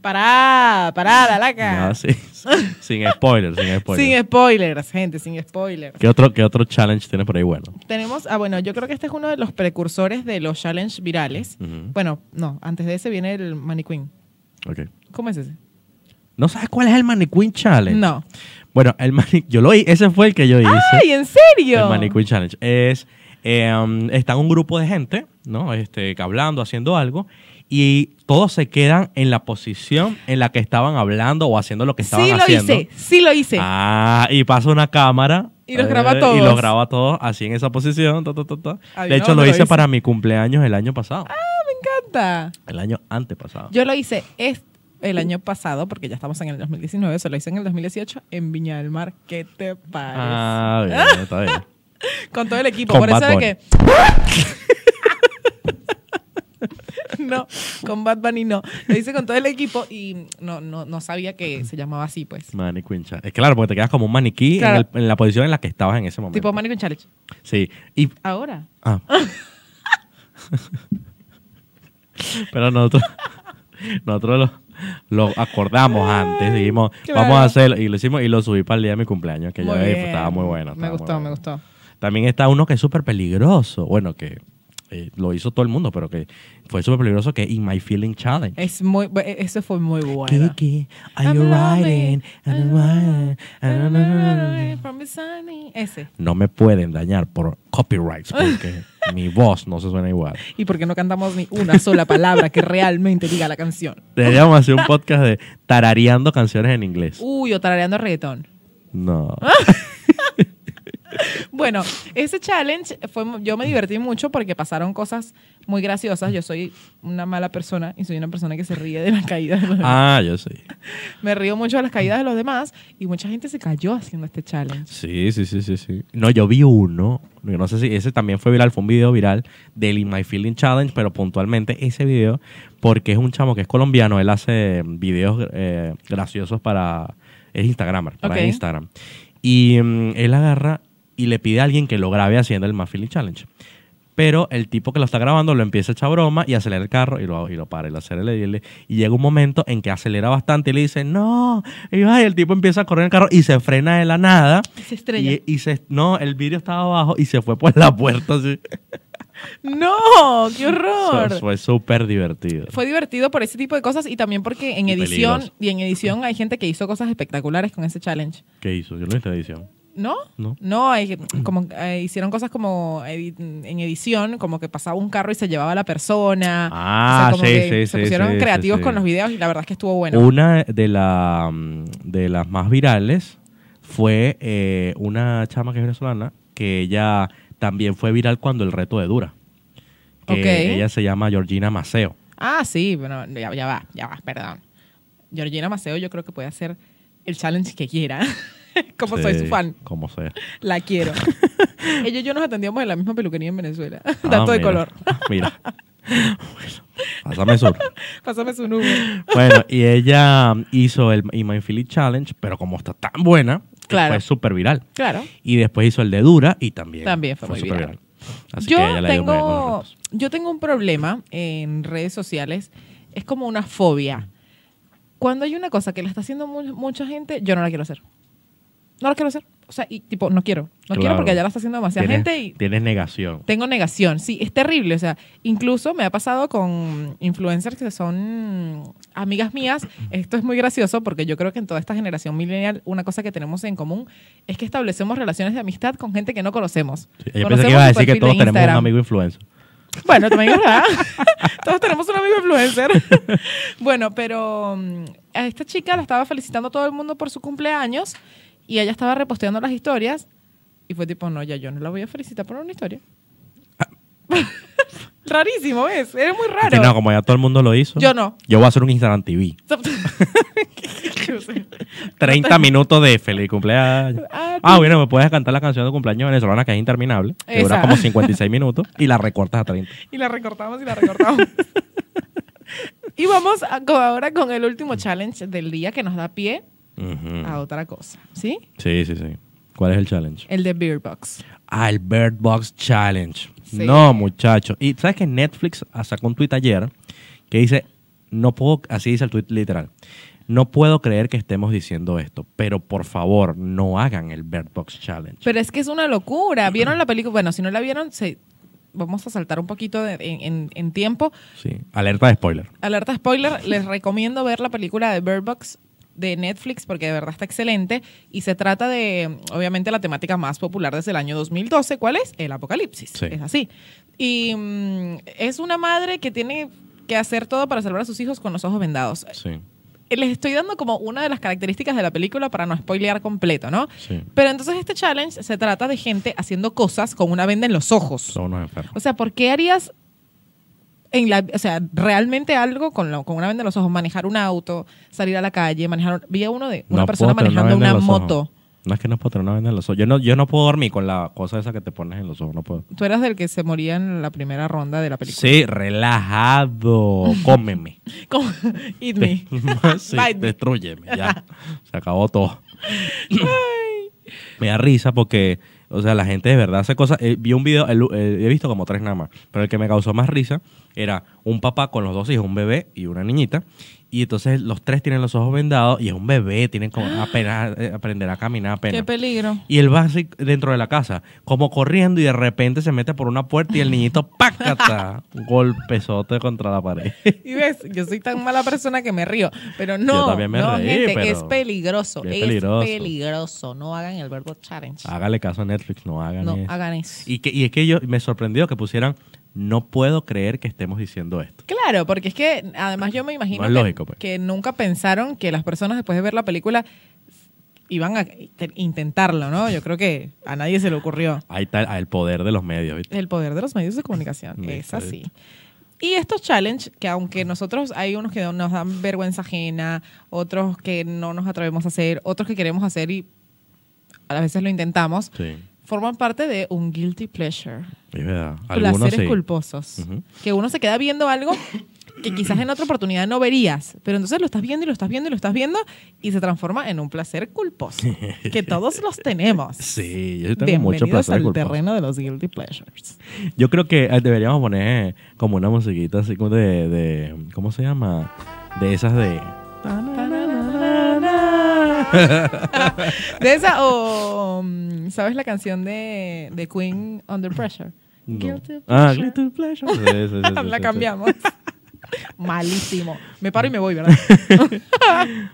[SPEAKER 2] Pará, pará, la laca.
[SPEAKER 1] No, sí, podcast. sin spoilers, sin spoilers.
[SPEAKER 2] Sin spoilers, gente, sin spoilers.
[SPEAKER 1] ¿Qué otro, ¿Qué otro challenge tienes por ahí bueno?
[SPEAKER 2] Tenemos, ah, bueno, yo creo que este es uno de los precursores de los challenge virales.
[SPEAKER 1] Ujú.
[SPEAKER 2] Bueno, no, antes de ese viene el Mannequin.
[SPEAKER 1] Ok.
[SPEAKER 2] ¿Cómo es ese?
[SPEAKER 1] ¿No sabes cuál es el Mannequin Challenge?
[SPEAKER 2] No.
[SPEAKER 1] Bueno, el mani- yo lo hice, ese fue el que yo hice.
[SPEAKER 2] ¡Ay, en serio!
[SPEAKER 1] El Mannequin Challenge. Es, eh, um, está un grupo de gente, ¿no? Este, que hablando, haciendo algo, y todos se quedan en la posición en la que estaban hablando o haciendo lo que estaban
[SPEAKER 2] Sí lo
[SPEAKER 1] haciendo.
[SPEAKER 2] hice, sí lo hice.
[SPEAKER 1] Ah, y pasa una cámara. eh,
[SPEAKER 2] Y los graba a todos.
[SPEAKER 1] Y los graba a todos así en esa posición. ta, ta, ta, ta.
[SPEAKER 2] Ay,
[SPEAKER 1] De
[SPEAKER 2] no,
[SPEAKER 1] hecho,
[SPEAKER 2] no
[SPEAKER 1] lo
[SPEAKER 2] lo
[SPEAKER 1] hice
[SPEAKER 2] hice.
[SPEAKER 1] para mi cumpleaños el año pasado.
[SPEAKER 2] Canta.
[SPEAKER 1] El año antepasado.
[SPEAKER 2] Yo lo hice es- el año pasado, porque ya estamos en el 2019, se lo hice en el 2018 en Viña del Mar. ¿Qué te parece?
[SPEAKER 1] Ah, bien, está bien.
[SPEAKER 2] Con todo el equipo.
[SPEAKER 1] Con
[SPEAKER 2] Por eso
[SPEAKER 1] Bad
[SPEAKER 2] de
[SPEAKER 1] Bunny.
[SPEAKER 2] que. no, con Bad Bunny no. Lo hice con todo el equipo y no, no, no sabía que se llamaba así, pues.
[SPEAKER 1] Mannequin challenge. Es claro, porque te quedas como un maniquí en
[SPEAKER 2] Claro.
[SPEAKER 1] el- en, la posición en la que estabas en ese momento.
[SPEAKER 2] Tipo Manico Challenge.
[SPEAKER 1] Sí. Y
[SPEAKER 2] Ahora.
[SPEAKER 1] Ah. Pero nosotros, nosotros lo, lo acordamos antes, dijimos,
[SPEAKER 2] Claro.
[SPEAKER 1] vamos a hacerlo, y lo hicimos y lo subí para el día de mi cumpleaños, que
[SPEAKER 2] Muy
[SPEAKER 1] ya
[SPEAKER 2] bien.
[SPEAKER 1] estaba muy bueno. estaba
[SPEAKER 2] Me
[SPEAKER 1] muy
[SPEAKER 2] gustó, me
[SPEAKER 1] bueno.
[SPEAKER 2] gustó.
[SPEAKER 1] También está uno que es súper peligroso, bueno, que eh, lo hizo todo el mundo, pero que fue súper peligroso, que In My Feeling Challenge.
[SPEAKER 2] Es muy, bu- eh, eso fue muy bueno.
[SPEAKER 1] Kiki, are you
[SPEAKER 2] I'm loving
[SPEAKER 1] riding?
[SPEAKER 2] it.
[SPEAKER 1] I'm riding. I'm riding.
[SPEAKER 2] From beside me. Ese.
[SPEAKER 1] No me pueden dañar por copyrights, porque mi voz no se suena igual.
[SPEAKER 2] ¿Y por qué no cantamos ni una sola palabra que realmente diga la canción?
[SPEAKER 1] Deberíamos hacer un podcast de tarareando canciones en inglés.
[SPEAKER 2] Uy, o tarareando reggaetón.
[SPEAKER 1] No.
[SPEAKER 2] Bueno, ese challenge fue, mu- yo me divertí mucho porque pasaron cosas muy graciosas. Yo soy una mala persona y soy una persona que se ríe de las caídas. de los demás.
[SPEAKER 1] Ah, yo sí.
[SPEAKER 2] Me río mucho de las caídas de los demás y mucha gente se cayó haciendo este challenge.
[SPEAKER 1] Sí, sí, sí, sí, sí. No, yo vi uno. yo No sé si ese también fue viral, fue un video viral del In My Feeling Challenge, pero puntualmente ese video, porque es un chamo que es colombiano, él hace videos eh, graciosos para. Es Instagram, para
[SPEAKER 2] Ok.
[SPEAKER 1] Instagram. Y mm, él agarra y le pide a alguien que lo grabe haciendo el My Feeling Challenge. Pero el tipo que lo está grabando lo empieza a echar broma y acelera el carro y lo, y lo para y lo acelera y, le- y llega un momento en que acelera bastante y le dice, no, y, va, y el tipo empieza a correr el carro y se frena de la nada.
[SPEAKER 2] Se estrella.
[SPEAKER 1] Y, y se, no, el vidrio estaba abajo y se fue por la puerta así.
[SPEAKER 2] ¡No! ¡Qué
[SPEAKER 1] Fue-
[SPEAKER 2] horror!
[SPEAKER 1] Fue súper divertido.
[SPEAKER 2] Fue divertido por ese tipo de cosas y también porque en
[SPEAKER 1] Y
[SPEAKER 2] edición
[SPEAKER 1] peligroso.
[SPEAKER 2] y en edición hay gente que hizo cosas espectaculares con ese challenge.
[SPEAKER 1] ¿Qué hizo? Yo lo hice en edición.
[SPEAKER 2] ¿No?
[SPEAKER 1] No.
[SPEAKER 2] hay- como eh, hicieron cosas como edi- en edición, como que pasaba un carro y se llevaba a la persona.
[SPEAKER 1] Ah,
[SPEAKER 2] como
[SPEAKER 1] sí,
[SPEAKER 2] que
[SPEAKER 1] sí, sí,
[SPEAKER 2] se pusieron
[SPEAKER 1] sí, sí,
[SPEAKER 2] creativos
[SPEAKER 1] sí.
[SPEAKER 2] con los videos y la verdad es que estuvo bueno.
[SPEAKER 1] Una de, la, mm, de las más virales fue eh, una chama que es venezolana que ella también fue viral cuando el reto de Dura. Que
[SPEAKER 2] Ok.
[SPEAKER 1] Ella se llama Georgina Maceo.
[SPEAKER 2] Ah, sí, bueno, ya, ya va, ya va, perdón. Georgina Maceo yo creo que puede hacer el challenge que quiera. como
[SPEAKER 1] Sí,
[SPEAKER 2] soy su fan,
[SPEAKER 1] Como sea.
[SPEAKER 2] la quiero. Ellos y yo nos atendíamos en la misma peluquería en Venezuela.
[SPEAKER 1] Ah,
[SPEAKER 2] Dato de
[SPEAKER 1] mira.
[SPEAKER 2] color.
[SPEAKER 1] Mira. Bueno, pásame eso.
[SPEAKER 2] Pásame su número.
[SPEAKER 1] Bueno, y ella mm, hizo el In My Feeling Challenge, pero como está tan buena, que
[SPEAKER 2] Claro.
[SPEAKER 1] fue súper viral.
[SPEAKER 2] Claro.
[SPEAKER 1] Y después hizo el de Dura y también,
[SPEAKER 2] También fue muy
[SPEAKER 1] súper
[SPEAKER 2] viral.
[SPEAKER 1] Así
[SPEAKER 2] yo
[SPEAKER 1] que a ella le dio muy buenos
[SPEAKER 2] tengo,
[SPEAKER 1] resultados.
[SPEAKER 2] yo tengo un problema en redes sociales. Es como una fobia. Cuando hay una cosa que la está haciendo mu- mucha gente, yo no la quiero hacer. No la quiero hacer. O sea, y tipo, no quiero. No quiero
[SPEAKER 1] Claro.
[SPEAKER 2] porque ya la está haciendo demasiada
[SPEAKER 1] Tienes-
[SPEAKER 2] gente y
[SPEAKER 1] Tienes negación.
[SPEAKER 2] tengo negación. Sí, es terrible. O sea, incluso me ha pasado con influencers que son amigas mías. Esto es muy gracioso porque yo creo que en toda esta generación millennial una cosa que tenemos en común es que establecemos relaciones de amistad con gente que no conocemos.
[SPEAKER 1] Sí, ella
[SPEAKER 2] Conocemos
[SPEAKER 1] pensé que iba a
[SPEAKER 2] su
[SPEAKER 1] decir que
[SPEAKER 2] perfil
[SPEAKER 1] todos
[SPEAKER 2] de
[SPEAKER 1] tenemos
[SPEAKER 2] Instagram.
[SPEAKER 1] un amigo influencer.
[SPEAKER 2] Bueno, también es verdad. Todos tenemos un amigo influencer. bueno, pero mm, a esta chica la estaba felicitando todo el mundo por su cumpleaños y ella estaba reposteando las historias y fue tipo, no, ya yo no la voy a felicitar por una historia. Rarísimo, ¿ves? Era muy
[SPEAKER 1] Y que no,
[SPEAKER 2] raro.
[SPEAKER 1] como ya todo el mundo lo hizo.
[SPEAKER 2] Yo no.
[SPEAKER 1] Yo voy a hacer un Instagram TV. 30 minutos de feliz cumpleaños.
[SPEAKER 2] Ah,
[SPEAKER 1] Ah, bueno, me puedes cantar la canción de cumpleaños venezolana que es interminable. Que dura
[SPEAKER 2] Esa.
[SPEAKER 1] como 56 minutos y la recortas a 30.
[SPEAKER 2] y la recortamos y la recortamos. y vamos a- co- ahora con el último challenge del día que nos da pie
[SPEAKER 1] Ujú.
[SPEAKER 2] a otra cosa, ¿sí?
[SPEAKER 1] Sí, sí, sí. ¿Cuál es el challenge?
[SPEAKER 2] El de Beer Box.
[SPEAKER 1] Ah, el Bird Box Challenge.
[SPEAKER 2] Sí.
[SPEAKER 1] No, muchacho. Y sabes que ah, Netflix sacó un tweet ayer que dice, no puedo, así dice el tweet literal. No puedo creer que estemos diciendo esto, pero por favor, no hagan el Bird Box Challenge.
[SPEAKER 2] Pero es que es una locura. ¿Vieron la película? Bueno, si no la vieron, se... vamos a saltar un poquito de- en, en- en tiempo.
[SPEAKER 1] Sí, alerta de spoiler.
[SPEAKER 2] Alerta spoiler, les recomiendo ver la película de Bird Box de Netflix porque de verdad está excelente y se trata de, obviamente, la temática más popular desde el año 2012, ¿cuál es? El apocalipsis,
[SPEAKER 1] Sí.
[SPEAKER 2] es así. Y mm, es una madre que tiene que hacer todo para salvar a sus hijos con los ojos vendados.
[SPEAKER 1] Sí,
[SPEAKER 2] Les estoy dando como una de las características de la película para no spoilear completo, ¿no?
[SPEAKER 1] sí.
[SPEAKER 2] Pero entonces este challenge se trata de gente haciendo cosas con una venda en los ojos.
[SPEAKER 1] Son unos enfermos.
[SPEAKER 2] O sea, ¿por qué harías en la, o sea, realmente algo con, la- con una venda en los ojos? Manejar un auto, salir a la calle, manejar... un- vi a uno de una
[SPEAKER 1] No
[SPEAKER 2] persona
[SPEAKER 1] puedo tener
[SPEAKER 2] manejando
[SPEAKER 1] venda en
[SPEAKER 2] una
[SPEAKER 1] los ojos.
[SPEAKER 2] moto.
[SPEAKER 1] No es que no puedo tener una venda en los ojos. Yo no, yo no puedo dormir con la cosa esa que te pones en los ojos. No puedo.
[SPEAKER 2] Tú eras del que se moría en la primera ronda de la película.
[SPEAKER 1] Sí, relajado. Cómeme.
[SPEAKER 2] Como, Eat me.
[SPEAKER 1] sí,
[SPEAKER 2] Bite me.
[SPEAKER 1] destruyeme. Ya. Se acabó todo. Me da risa porque, o sea, la gente de verdad hace cosas. eh, vi un video, el- eh, he visto como tres nada más, pero el que me causó más risa era un papá con los dos hijos, un bebé y una niñita. Y entonces los tres tienen los ojos vendados y es un bebé, tienen como apenas eh, aprender a caminar apenas.
[SPEAKER 2] Qué peligro.
[SPEAKER 1] Y él va así dentro de la casa, como corriendo, y de repente se mete por una puerta y el niñito ¡pácata! Un golpezote contra la pared.
[SPEAKER 2] Y ves, yo soy tan mala persona que me río. Pero no,
[SPEAKER 1] Yo también me
[SPEAKER 2] no,
[SPEAKER 1] reí,
[SPEAKER 2] gente,
[SPEAKER 1] pero
[SPEAKER 2] es peligroso.
[SPEAKER 1] es
[SPEAKER 2] Es
[SPEAKER 1] peligroso.
[SPEAKER 2] peligroso. No hagan el verbo challenge.
[SPEAKER 1] Hágale caso a Netflix, no hagan
[SPEAKER 2] no,
[SPEAKER 1] eso.
[SPEAKER 2] hagan eso.
[SPEAKER 1] Y, que, y es que yo me sorprendió que pusieran, no puedo creer que estemos diciendo esto.
[SPEAKER 2] Claro, porque es que además yo me imagino
[SPEAKER 1] No es
[SPEAKER 2] que,
[SPEAKER 1] lógico, pues.
[SPEAKER 2] que nunca pensaron que las personas después de ver la película iban a te- intentarlo, ¿no? Yo creo que a nadie se le ocurrió.
[SPEAKER 1] Ahí está el, el poder de los medios, ¿viste?
[SPEAKER 2] El poder de los medios de comunicación,
[SPEAKER 1] Me
[SPEAKER 2] es así. Y estos challenge, que aunque nosotros hay unos que nos dan vergüenza ajena, otros que no nos atrevemos a hacer, otros que queremos hacer y a veces lo intentamos,
[SPEAKER 1] Sí,
[SPEAKER 2] forman parte de un guilty pleasure
[SPEAKER 1] es verdad. Algunos
[SPEAKER 2] placeres
[SPEAKER 1] sí.
[SPEAKER 2] culposos.
[SPEAKER 1] Ujú.
[SPEAKER 2] Que uno se queda viendo algo que quizás en otra oportunidad no verías, pero entonces lo estás viendo y lo estás viendo y lo estás viendo y se transforma en un placer culposo, que todos los tenemos.
[SPEAKER 1] Sí, yo tengo mucho
[SPEAKER 2] Bienvenidos
[SPEAKER 1] placer
[SPEAKER 2] al
[SPEAKER 1] culposo.
[SPEAKER 2] terreno de los guilty pleasures.
[SPEAKER 1] Yo creo que eh, deberíamos poner como una musiquita así como de, de ¿cómo se llama? De esas de...
[SPEAKER 2] De esa, o mm, ¿sabes la canción de, de Queen Under Pressure?
[SPEAKER 1] No.
[SPEAKER 2] Guilty
[SPEAKER 1] Ah,
[SPEAKER 2] pleasure.
[SPEAKER 1] Guilty Pleasure. Sí, sí, sí, sí,
[SPEAKER 2] la
[SPEAKER 1] sí,
[SPEAKER 2] cambiamos. Malísimo. Me paro y me voy, ¿verdad?
[SPEAKER 1] sí.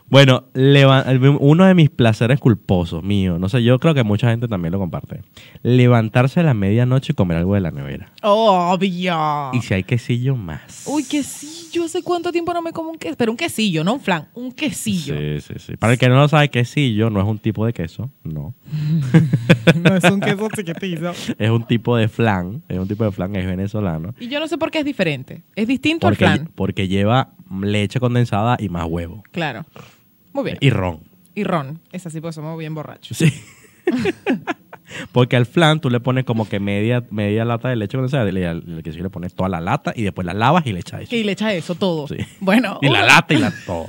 [SPEAKER 1] Bueno, leva- uno de mis placeres culposos mío, no sé, yo creo que mucha gente también lo comparte. Levantarse a la medianoche y comer algo de la nevera.
[SPEAKER 2] Obvio.
[SPEAKER 1] Y si hay quesillo más.
[SPEAKER 2] Uy, quesillo. ¿Hace cuánto tiempo no me como un quesillo? Pero un quesillo, no un flan. Un quesillo.
[SPEAKER 1] Sí, sí, sí. Para el que no lo sabe, quesillo no es un tipo de queso, no.
[SPEAKER 2] No es un queso chiquitizo.
[SPEAKER 1] Es un tipo de flan, es un tipo de flan, es venezolano.
[SPEAKER 2] Y yo no sé por qué es diferente. Es distinto
[SPEAKER 1] Porque,
[SPEAKER 2] al flan.
[SPEAKER 1] porque lleva leche condensada y más huevo.
[SPEAKER 2] Claro. Muy bien.
[SPEAKER 1] Y ron.
[SPEAKER 2] Y, ron. Es así, pues somos bien borrachos.
[SPEAKER 1] Sí. Porque al flan tú le pones como que media, media lata de leche condensada, le, al quesillo le pones toda la lata y después la lavas y le echas eso.
[SPEAKER 2] Y le echas eso todo.
[SPEAKER 1] Sí.
[SPEAKER 2] Bueno.
[SPEAKER 1] Y la
[SPEAKER 2] uno-
[SPEAKER 1] lata y la todo.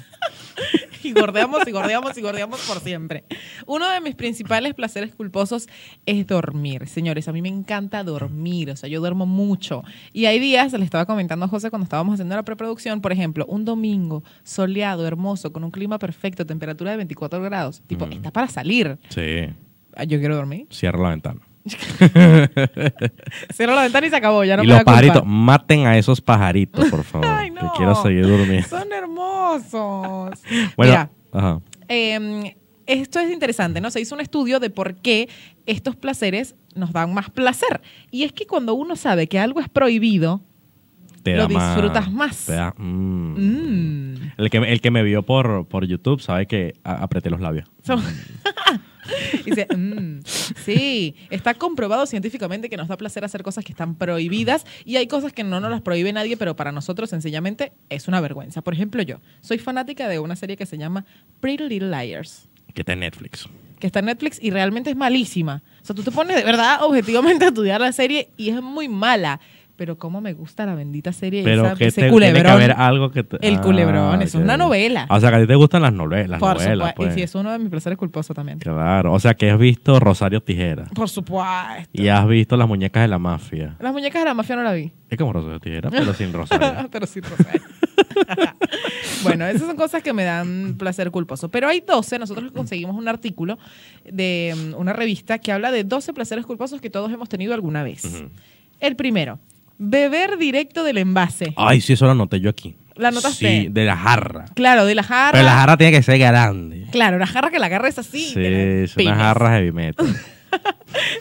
[SPEAKER 2] y gordeamos y gordeamos y gordeamos por siempre. Uno de mis principales placeres culposos es dormir. Señores, a mí me encanta dormir, o sea, yo duermo mucho. Y hay días, le estaba comentando a José cuando estábamos haciendo la preproducción, por ejemplo, un domingo soleado, hermoso, con un clima perfecto, temperatura de 24 grados,
[SPEAKER 1] Mm.
[SPEAKER 2] tipo, está para salir.
[SPEAKER 1] Sí.
[SPEAKER 2] Ah, Yo quiero dormir.
[SPEAKER 1] Cierra la ventana.
[SPEAKER 2] Cierro la ventana y se acabó, ya no
[SPEAKER 1] y
[SPEAKER 2] me
[SPEAKER 1] los
[SPEAKER 2] da culpa.
[SPEAKER 1] pajaritos, maten a esos pajaritos, por favor.
[SPEAKER 2] Ay,
[SPEAKER 1] Que
[SPEAKER 2] no.
[SPEAKER 1] quiero seguir durmiendo.
[SPEAKER 2] Son hermosos.
[SPEAKER 1] Bueno,
[SPEAKER 2] Mira,
[SPEAKER 1] ajá.
[SPEAKER 2] Eh, esto es interesante, ¿no? Se hizo un estudio de por qué estos placeres nos dan más placer. Y es que cuando uno sabe que algo es prohibido,
[SPEAKER 1] Te
[SPEAKER 2] Lo
[SPEAKER 1] da más-
[SPEAKER 2] disfrutas más.
[SPEAKER 1] te da- mm.
[SPEAKER 2] mm,
[SPEAKER 1] El, que, el que me vio por, por YouTube sabe que a- apreté los labios.
[SPEAKER 2] so- dice, mm, sí, está comprobado científicamente que nos da placer hacer cosas que están prohibidas y hay cosas que no nos las prohíbe nadie, pero para nosotros sencillamente es una vergüenza. Por ejemplo, yo soy fanática de una serie que se llama Pretty Little Liars.
[SPEAKER 1] Que está en Netflix.
[SPEAKER 2] que está en Netflix y realmente es malísima. O sea, tú te pones de verdad objetivamente a estudiar la serie y es muy mala. Pero cómo me gusta la bendita serie
[SPEAKER 1] Pero
[SPEAKER 2] esa,
[SPEAKER 1] que
[SPEAKER 2] ese
[SPEAKER 1] te- tiene que
[SPEAKER 2] culebrón.
[SPEAKER 1] haber algo que te- ah,
[SPEAKER 2] El culebrón, eso
[SPEAKER 1] ya,
[SPEAKER 2] es una
[SPEAKER 1] ya.
[SPEAKER 2] novela.
[SPEAKER 1] O sea, que a ti te gustan las, novelas las
[SPEAKER 2] por
[SPEAKER 1] novelas.
[SPEAKER 2] supuesto.
[SPEAKER 1] pues.
[SPEAKER 2] Y sí, es uno de mis placeres culposos también.
[SPEAKER 1] Claro, o sea que has visto Rosario Tijera
[SPEAKER 2] Por supuesto.
[SPEAKER 1] y has visto Las Muñecas de la Mafia.
[SPEAKER 2] Las muñecas de la mafia no la vi.
[SPEAKER 1] Es como Rosario Tijera, pero sin Rosario.
[SPEAKER 2] pero sí, Rosario. bueno, esas son cosas que me dan placer culposo. Pero hay 12, nosotros conseguimos un artículo de mm, una revista que habla de 12 placeres culposos que todos hemos tenido alguna vez. El primero, beber directo del envase.
[SPEAKER 1] Ay, sí, eso lo anoté yo aquí.
[SPEAKER 2] ¿La anotaste?
[SPEAKER 1] Sí, de la jarra.
[SPEAKER 2] Claro, de la jarra.
[SPEAKER 1] Pero la jarra tiene que ser grande.
[SPEAKER 2] Claro, la jarra que la agarres así. que la
[SPEAKER 1] Sí, son
[SPEAKER 2] empeines.
[SPEAKER 1] unas jarras heavy metal.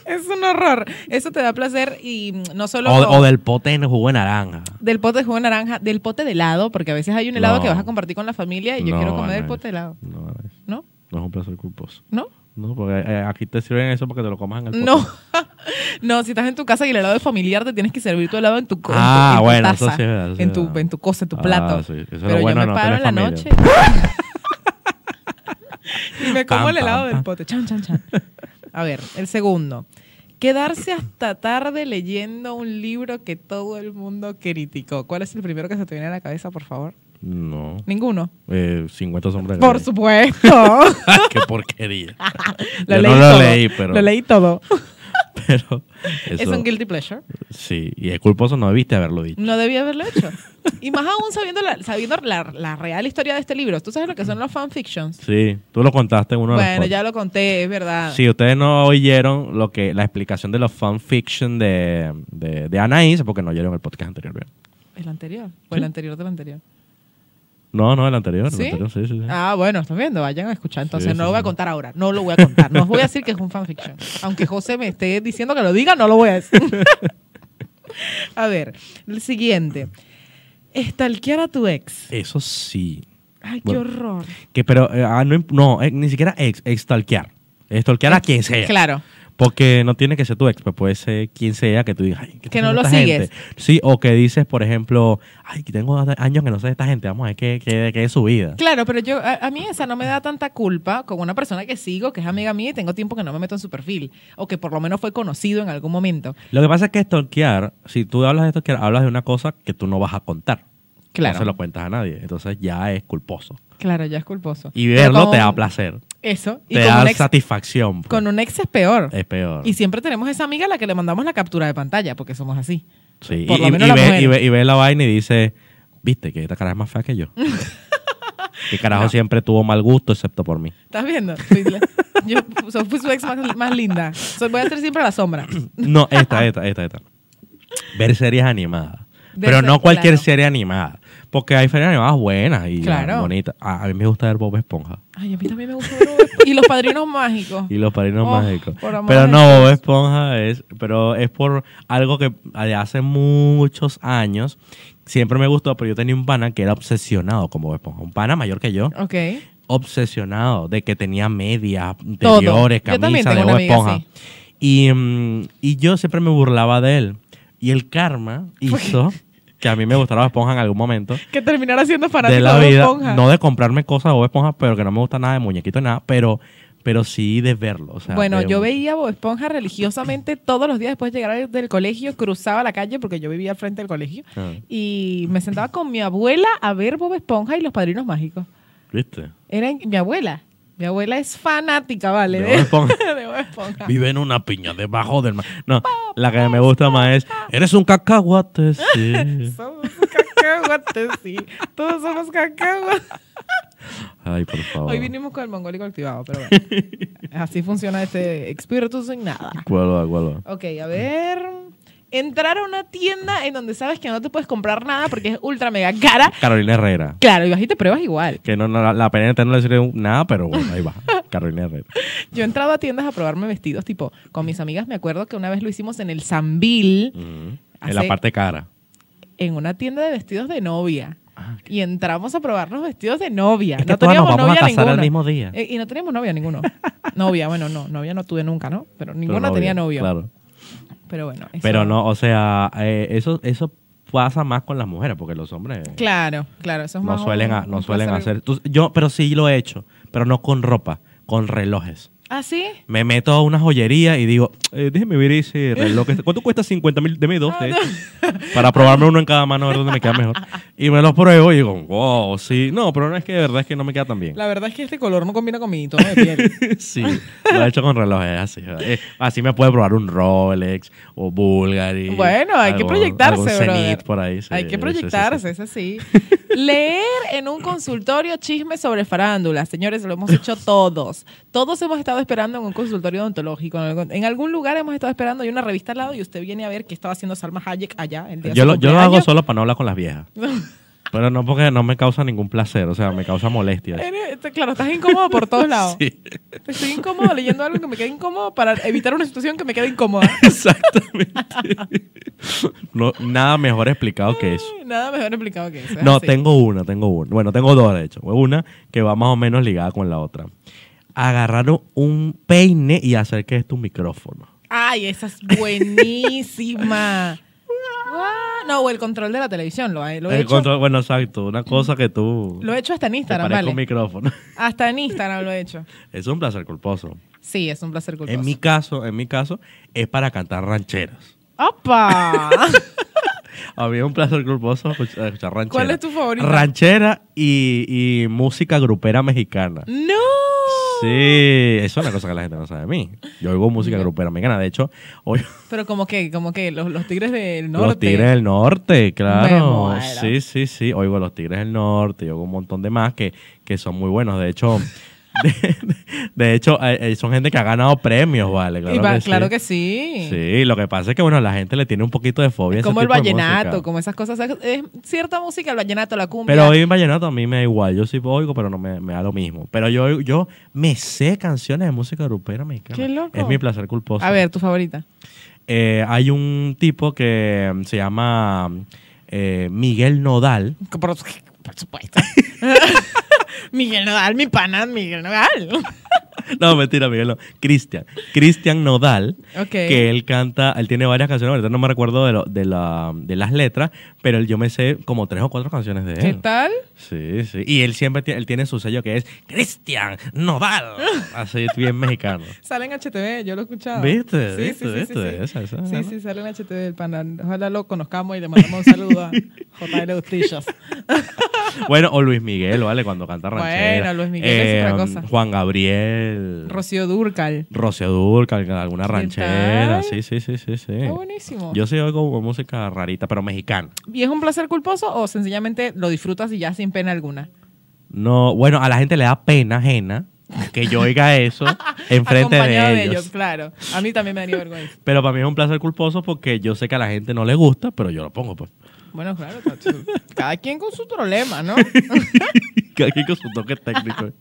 [SPEAKER 2] Es un horror. Eso te da placer y mm, no solo...
[SPEAKER 1] O, o del pote en jugo de naranja.
[SPEAKER 2] Del pote de jugo de naranja, del pote de helado, porque a veces hay un helado
[SPEAKER 1] No.
[SPEAKER 2] que vas a compartir con la familia y yo
[SPEAKER 1] No,
[SPEAKER 2] quiero comer el
[SPEAKER 1] Anaís,
[SPEAKER 2] pote de helado.
[SPEAKER 1] No, Anaís,
[SPEAKER 2] ¿No?
[SPEAKER 1] no es un placer culposo.
[SPEAKER 2] ¿No?
[SPEAKER 1] No, porque eh, aquí te sirven eso para que te lo comas en el pote.
[SPEAKER 2] No. no, si estás en tu casa y el helado es familiar, te tienes que servir tu helado en tu, co- en tu-
[SPEAKER 1] Ah,
[SPEAKER 2] en tu
[SPEAKER 1] bueno,
[SPEAKER 2] taza,
[SPEAKER 1] eso sí es verdad, eso sí
[SPEAKER 2] en,
[SPEAKER 1] es
[SPEAKER 2] tu,
[SPEAKER 1] verdad.
[SPEAKER 2] en tu cosa, en tu
[SPEAKER 1] Ah,
[SPEAKER 2] plato.
[SPEAKER 1] sí, eso es lo
[SPEAKER 2] Pero
[SPEAKER 1] bueno
[SPEAKER 2] yo
[SPEAKER 1] de
[SPEAKER 2] me
[SPEAKER 1] no
[SPEAKER 2] paro en
[SPEAKER 1] tener
[SPEAKER 2] la
[SPEAKER 1] familia.
[SPEAKER 2] noche y me como
[SPEAKER 1] Pam,
[SPEAKER 2] el helado
[SPEAKER 1] pam,
[SPEAKER 2] del
[SPEAKER 1] pam.
[SPEAKER 2] pote. Chan, chan, chan. A ver, el segundo. Quedarse hasta tarde leyendo un libro que todo el mundo criticó. ¿Cuál es el primero que se te viene a la cabeza, por favor?
[SPEAKER 1] No.
[SPEAKER 2] Ninguno.
[SPEAKER 1] Eh, 50 sombras. de
[SPEAKER 2] Por
[SPEAKER 1] Grey.
[SPEAKER 2] supuesto.
[SPEAKER 1] Qué porquería.
[SPEAKER 2] Lo
[SPEAKER 1] Yo
[SPEAKER 2] leí
[SPEAKER 1] no lo
[SPEAKER 2] todo.
[SPEAKER 1] leí, pero-
[SPEAKER 2] Lo leí todo.
[SPEAKER 1] Pero eso,
[SPEAKER 2] Es un guilty pleasure.
[SPEAKER 1] Sí, y es culposo no debiste haberlo dicho.
[SPEAKER 2] No debía haberlo hecho. Y más aún sabiendo, la, sabiendo la, la real historia de este libro. ¿Tú sabes lo que son los fanfictions?
[SPEAKER 1] Sí, tú lo contaste en uno de los
[SPEAKER 2] bueno,
[SPEAKER 1] podcasts.
[SPEAKER 2] ya lo conté, es verdad.
[SPEAKER 1] Si ustedes no oyeron lo que la explicación de los fanfiction de, de, de Anaís, porque no oyeron el podcast anterior. ¿verdad?
[SPEAKER 2] ¿El anterior? ¿O el anterior del anterior?
[SPEAKER 1] No, no, el anterior. el
[SPEAKER 2] ¿Sí?
[SPEAKER 1] anterior, sí, sí, sí.
[SPEAKER 2] Ah, bueno, están viendo, vayan a escuchar. Entonces
[SPEAKER 1] Sí,
[SPEAKER 2] no
[SPEAKER 1] sí,
[SPEAKER 2] lo voy a
[SPEAKER 1] sí.
[SPEAKER 2] contar ahora, no lo voy a contar. No os voy a decir que es un fanfiction. Aunque José me esté diciendo que lo diga, no lo voy a decir. a ver, el siguiente. Estalquear a tu ex.
[SPEAKER 1] Eso sí.
[SPEAKER 2] Ay,
[SPEAKER 1] Bueno.
[SPEAKER 2] qué horror.
[SPEAKER 1] Que pero, eh, ah, no, imp- no eh, ni siquiera ex, extalquear. Extalquear a quien sea.
[SPEAKER 2] Claro.
[SPEAKER 1] Porque no tiene que ser tu ex, pues puede ser quien sea que tú digas. ay, ¿qué
[SPEAKER 2] Que
[SPEAKER 1] está
[SPEAKER 2] no
[SPEAKER 1] haciendo
[SPEAKER 2] lo
[SPEAKER 1] esta
[SPEAKER 2] sigues.
[SPEAKER 1] gente? Sí, o que dices, por ejemplo, ay, que tengo años que no sé de esta gente, vamos a ver qué, qué, qué es su vida.
[SPEAKER 2] Claro, pero yo a, a mí esa no me da tanta culpa con una persona que sigo, que es amiga mía y tengo tiempo que no me meto en su perfil o que por lo menos fue conocido en algún momento.
[SPEAKER 1] Lo que pasa es que stalkear, si tú hablas de stalkear, hablas de una cosa que tú no vas a contar.
[SPEAKER 2] Claro.
[SPEAKER 1] No se lo cuentas a nadie. Entonces ya es culposo.
[SPEAKER 2] Claro, ya es culposo.
[SPEAKER 1] Y
[SPEAKER 2] Pero
[SPEAKER 1] verlo
[SPEAKER 2] como-
[SPEAKER 1] te da placer.
[SPEAKER 2] Eso. Y
[SPEAKER 1] Te
[SPEAKER 2] con,
[SPEAKER 1] da
[SPEAKER 2] un ex,
[SPEAKER 1] satisfacción. pues.
[SPEAKER 2] con un ex es peor.
[SPEAKER 1] Es peor.
[SPEAKER 2] Y siempre tenemos esa amiga a la que le mandamos la captura de pantalla porque somos así.
[SPEAKER 1] Sí,
[SPEAKER 2] por
[SPEAKER 1] y,
[SPEAKER 2] lo
[SPEAKER 1] y-
[SPEAKER 2] menos
[SPEAKER 1] y
[SPEAKER 2] las
[SPEAKER 1] ve,
[SPEAKER 2] mujeres.
[SPEAKER 1] y ve- y ve la vaina y dice, viste que esta cara es más fea que yo. que carajo
[SPEAKER 2] No.
[SPEAKER 1] siempre tuvo mal gusto excepto por mí.
[SPEAKER 2] ¿Estás viendo? Soy la- yo so- fui su ex más, más linda. Soy- voy a ser siempre la sombra.
[SPEAKER 1] No, esta, esta, esta, esta. Ver series animadas.
[SPEAKER 2] Ver
[SPEAKER 1] Pero
[SPEAKER 2] series,
[SPEAKER 1] no cualquier
[SPEAKER 2] claro.
[SPEAKER 1] serie animada. Porque hay series animadas buenas y
[SPEAKER 2] Claro.
[SPEAKER 1] bonitas. A, a mí me gusta ver Bob Esponja.
[SPEAKER 2] Ay, a mí también me gusta. ver- Y los padrinos mágicos.
[SPEAKER 1] Y los padrinos
[SPEAKER 2] Oh,
[SPEAKER 1] mágicos.
[SPEAKER 2] por amor
[SPEAKER 1] Pero
[SPEAKER 2] de
[SPEAKER 1] no,
[SPEAKER 2] Dios.
[SPEAKER 1] Bob Esponja es, pero es por algo que de hace muchos años siempre me gustó, pero yo tenía un pana que era obsesionado con Bob Esponja. Un pana mayor que yo,
[SPEAKER 2] Ok.
[SPEAKER 1] obsesionado de que tenía medias,
[SPEAKER 2] Todo.
[SPEAKER 1] interiores,
[SPEAKER 2] Yo también
[SPEAKER 1] camisas de
[SPEAKER 2] tengo una
[SPEAKER 1] Bob
[SPEAKER 2] amiga
[SPEAKER 1] Esponja.
[SPEAKER 2] así.
[SPEAKER 1] Y, mm, y yo siempre me burlaba de él. Y el karma hizo que a mí me gustara Bob Esponja en algún momento
[SPEAKER 2] Que terminara siendo fanático
[SPEAKER 1] de
[SPEAKER 2] de,
[SPEAKER 1] la
[SPEAKER 2] Bob
[SPEAKER 1] vida,
[SPEAKER 2] Esponja.
[SPEAKER 1] no de comprarme cosas de Bob Esponja, pero que no me gusta nada de muñequito nada, pero, pero sí de verlo. o sea,
[SPEAKER 2] Bueno,
[SPEAKER 1] de
[SPEAKER 2] yo
[SPEAKER 1] un-
[SPEAKER 2] veía Bob Esponja religiosamente todos los días después de llegar del colegio, cruzaba la calle porque yo vivía al frente del colegio
[SPEAKER 1] Ah,
[SPEAKER 2] y me sentaba con mi abuela a ver Bob Esponja y los Padrinos Mágicos.
[SPEAKER 1] ¿Viste?
[SPEAKER 2] Era en- mi abuela. Mi abuela es fanática, ¿vale?
[SPEAKER 1] De Bob Esponja.
[SPEAKER 2] de Bob Esponja.
[SPEAKER 1] Vive en una piña debajo del mar. No, la que me gusta más es, eres un cacahuate, sí.
[SPEAKER 2] Somos cacahuates, sí. Todos somos cacahuates.
[SPEAKER 1] Ay, por favor.
[SPEAKER 2] Hoy vinimos con el mongólico activado, pero bueno. Así funciona este espíritu sin nada.
[SPEAKER 1] Guarda, guarda.
[SPEAKER 2] Ok, a ver. Entrar a una tienda en donde sabes que no te puedes comprar nada porque es ultra mega cara.
[SPEAKER 1] Carolina Herrera.
[SPEAKER 2] Claro, y vas y te pruebas igual.
[SPEAKER 1] Que no, no, la, la PNT no le sirve nada, pero bueno, ahí va. Carolina Herrera.
[SPEAKER 2] Yo he entrado a tiendas a probarme vestidos, tipo, con mis amigas me acuerdo que una vez lo hicimos en el Sambil,
[SPEAKER 1] Mm. En
[SPEAKER 2] Hace-
[SPEAKER 1] la parte cara.
[SPEAKER 2] en una tienda de vestidos de novia.
[SPEAKER 1] Ah,
[SPEAKER 2] Y entramos a probar los vestidos de novia.
[SPEAKER 1] Es que
[SPEAKER 2] no
[SPEAKER 1] todas
[SPEAKER 2] teníamos
[SPEAKER 1] nos vamos a
[SPEAKER 2] novia
[SPEAKER 1] casar
[SPEAKER 2] ninguno.
[SPEAKER 1] el mismo día.
[SPEAKER 2] Eh, y no teníamos novia ninguno. novia, bueno, no, novia no tuve nunca, ¿no? Pero
[SPEAKER 1] pero
[SPEAKER 2] ninguna tenía novio.
[SPEAKER 1] Claro.
[SPEAKER 2] Pero bueno. eso-
[SPEAKER 1] Pero no, o sea, eh, eso, eso pasa más con las mujeres, porque los hombres
[SPEAKER 2] Claro, claro, eso es
[SPEAKER 1] no
[SPEAKER 2] más
[SPEAKER 1] suelen,
[SPEAKER 2] un-
[SPEAKER 1] a- no
[SPEAKER 2] un
[SPEAKER 1] suelen
[SPEAKER 2] placer.
[SPEAKER 1] hacer. Tú- yo, pero sí lo he hecho, pero no con ropa, con relojes.
[SPEAKER 2] ¿Ah, sí?
[SPEAKER 1] Me meto a una joyería y digo, eh, déjeme ver ese reloj. este. ¿Cuánto cuesta 50 mil? Deme dos
[SPEAKER 2] Ah,
[SPEAKER 1] de estos, para probarme uno en cada mano, a ver dónde me queda mejor. Y me lo pruebo y digo, wow, sí. No, pero no es que de verdad es que no me queda tan bien.
[SPEAKER 2] La verdad es que este color no combina con mi tono de piel.
[SPEAKER 1] sí, lo he hecho con relojes así. Eh, así me puede probar un Rolex o Bulgari.
[SPEAKER 2] Bueno, hay que
[SPEAKER 1] algún-
[SPEAKER 2] proyectarse,
[SPEAKER 1] algún
[SPEAKER 2] brother.
[SPEAKER 1] Zenith por ahí. sí,
[SPEAKER 2] hay
[SPEAKER 1] sí,
[SPEAKER 2] que
[SPEAKER 1] sí, sí.
[SPEAKER 2] proyectarse, es así. Leer en un consultorio chismes sobre farándula. Señores, lo hemos hecho todos. Todos hemos estado esperando en un consultorio odontológico. En algún- En algún lugar hemos estado esperando. Hay una revista al lado y usted viene a ver qué estaba haciendo Salma Hayek allá el día de
[SPEAKER 1] Yo
[SPEAKER 2] su
[SPEAKER 1] lo, yo lo hago
[SPEAKER 2] cumpleaños.
[SPEAKER 1] solo para no hablar con las viejas. Pero no porque no me causa ningún placer, o sea, me causa molestia.
[SPEAKER 2] Eres- te- Claro, estás incómodo por todos lados.
[SPEAKER 1] Sí,
[SPEAKER 2] Estoy incómodo leyendo algo que me queda incómodo para evitar una situación que me queda incómoda.
[SPEAKER 1] exactamente. No, nada mejor explicado que eso.
[SPEAKER 2] Nada mejor explicado que eso. es
[SPEAKER 1] No,
[SPEAKER 2] así.
[SPEAKER 1] tengo una, tengo una. Bueno, tengo dos, de hecho. Una que va más o menos ligada con la otra. Agarrar un peine y hacer que es tu micrófono.
[SPEAKER 2] Ay, esa es buenísima. Guau. no, o el control de la televisión. Lo, he- lo he
[SPEAKER 1] El
[SPEAKER 2] hecho,
[SPEAKER 1] control- bueno, exacto. Una cosa que tú...
[SPEAKER 2] lo he hecho hasta en
[SPEAKER 1] te
[SPEAKER 2] Instagram,
[SPEAKER 1] parezca
[SPEAKER 2] ¿vale?
[SPEAKER 1] un micrófono.
[SPEAKER 2] Hasta en Instagram lo he hecho.
[SPEAKER 1] Es un placer culposo.
[SPEAKER 2] Sí, es un placer culposo.
[SPEAKER 1] En mi caso, en mi caso, es para cantar rancheras.
[SPEAKER 2] ¡Opa!
[SPEAKER 1] Había un placer culposo escuchar escuchar rancheras.
[SPEAKER 2] ¿Cuál es tu favorita?
[SPEAKER 1] Ranchera y, y música grupera mexicana.
[SPEAKER 2] ¡No!
[SPEAKER 1] Sí, eso es una cosa que la gente no sabe de mí. Yo oigo música grupera mexicana. De hecho, hoy
[SPEAKER 2] Pero como que, como que los, los tigres del norte.
[SPEAKER 1] Los Tigres del Norte,
[SPEAKER 2] Me
[SPEAKER 1] claro.
[SPEAKER 2] muero.
[SPEAKER 1] Sí, sí, sí. Oigo los Tigres del Norte, y oigo un montón de más que, que son muy buenos. De hecho, de, de hecho, eh, eh, son gente que ha ganado premios, ¿vale? Claro,
[SPEAKER 2] Y va-
[SPEAKER 1] que,
[SPEAKER 2] claro
[SPEAKER 1] sí.
[SPEAKER 2] que sí.
[SPEAKER 1] Sí, lo que pasa es que, bueno, la gente le tiene un poquito de fobia. a ese
[SPEAKER 2] Como el
[SPEAKER 1] tipo de
[SPEAKER 2] vallenato,
[SPEAKER 1] música.
[SPEAKER 2] como esas cosas. Es- Es cierta música, el vallenato, la cumbia.
[SPEAKER 1] Pero hoy en vallenato a mí me da igual. Yo sí oigo, pero no me, me da lo mismo. Pero yo, yo me sé canciones de música grupera mexicana.
[SPEAKER 2] Qué loco.
[SPEAKER 1] Es mi placer culposo.
[SPEAKER 2] A ver, tu favorita.
[SPEAKER 1] Eh, hay un tipo que mm, se llama eh, Miguel Nodal.
[SPEAKER 2] Por, por supuesto. Miguel Nodal, mi pana, Miguel Nodal.
[SPEAKER 1] No, mentira, Miguel. No. Cristian. Cristian Nodal.
[SPEAKER 2] Ok.
[SPEAKER 1] Que él canta, él tiene varias canciones, ahorita no me recuerdo de, lo- de, la- de las letras, pero él- yo me sé como tres o cuatro canciones de él.
[SPEAKER 2] ¿Qué tal?
[SPEAKER 1] Sí, sí. Y él siempre tiene, él tiene su sello que es Cristian Nodal. Así bien mexicano.
[SPEAKER 2] Sale en HTV, yo lo he escuchado.
[SPEAKER 1] ¿Viste?
[SPEAKER 2] Sí,
[SPEAKER 1] ¿Viste?
[SPEAKER 2] sí, sí,
[SPEAKER 1] ¿Viste?
[SPEAKER 2] sí, sí.
[SPEAKER 1] Esa, esa,
[SPEAKER 2] Sí,
[SPEAKER 1] ¿no?
[SPEAKER 2] sí, sale en HTV el pana. Ojalá lo conozcamos y le mandamos un saludo a JL Bustillos.
[SPEAKER 1] Bueno, o Luis Miguel, ¿vale? Cuando canta
[SPEAKER 2] Bueno,
[SPEAKER 1] ranchera. Em,
[SPEAKER 2] Luis Miguel es otra cosa.
[SPEAKER 1] Juan Gabriel.
[SPEAKER 2] Rocío Durcal.
[SPEAKER 1] Rocío Durca, alguna
[SPEAKER 2] ¿Qué
[SPEAKER 1] ranchera.
[SPEAKER 2] tal?
[SPEAKER 1] Sí, sí, sí, sí, sí.
[SPEAKER 2] Está buenísimo.
[SPEAKER 1] Yo sí oigo música rarita, pero mexicana.
[SPEAKER 2] ¿Y es un placer culposo o sencillamente lo disfrutas y ya sin pena alguna?
[SPEAKER 1] No, bueno, a la gente le da pena ajena que yo oiga eso enfrente
[SPEAKER 2] Acompañado
[SPEAKER 1] de ellos.
[SPEAKER 2] claro. A mí también me daría vergüenza.
[SPEAKER 1] Pero para mí es un placer culposo porque yo sé que a la gente no le gusta, pero yo lo pongo, pues.
[SPEAKER 2] Bueno, claro, cada quien con su problema, ¿no?
[SPEAKER 1] Cada quien con su toque técnico.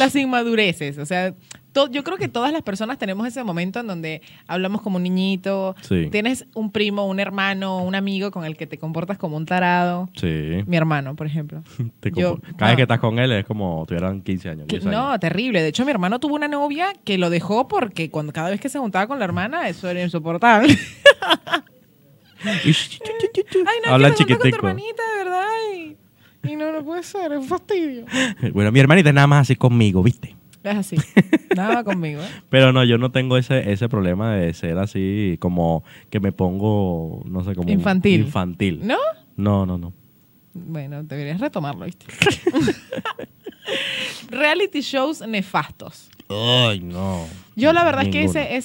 [SPEAKER 2] las inmadureces, o sea, to- yo creo que todas las personas tenemos ese momento en donde hablamos como un niñito,
[SPEAKER 1] Sí.
[SPEAKER 2] tienes un primo, un hermano, un amigo con el que te comportas como un tarado.
[SPEAKER 1] Sí.
[SPEAKER 2] Mi hermano, por ejemplo.
[SPEAKER 1] Te
[SPEAKER 2] Yo-
[SPEAKER 1] compo- Cada vez que
[SPEAKER 2] ah.
[SPEAKER 1] estás con él es como tuvieran 15 años. 10 años.
[SPEAKER 2] No, terrible. De hecho, mi hermano tuvo una novia que lo dejó porque cuando cada vez que se juntaba con la hermana, eso era insoportable.
[SPEAKER 1] Y-
[SPEAKER 2] Ay, no,
[SPEAKER 1] Hablan
[SPEAKER 2] quiero juntar con tu
[SPEAKER 1] chiquitico.
[SPEAKER 2] hermanita, de verdad. Y, y no, no puede ser, es un fastidio.
[SPEAKER 1] Bueno, mi hermanita es nada más así conmigo, ¿viste?
[SPEAKER 2] Es así. Nada conmigo, ¿eh?
[SPEAKER 1] Pero no, yo no tengo ese, ese problema de ser así como que me pongo, no sé, como...
[SPEAKER 2] Infantil.
[SPEAKER 1] Infantil.
[SPEAKER 2] ¿No?
[SPEAKER 1] No, no, no.
[SPEAKER 2] Bueno, deberías retomarlo, ¿viste? Reality shows nefastos.
[SPEAKER 1] Ay, no.
[SPEAKER 2] Yo la verdad es
[SPEAKER 1] Ninguno.
[SPEAKER 2] que ese,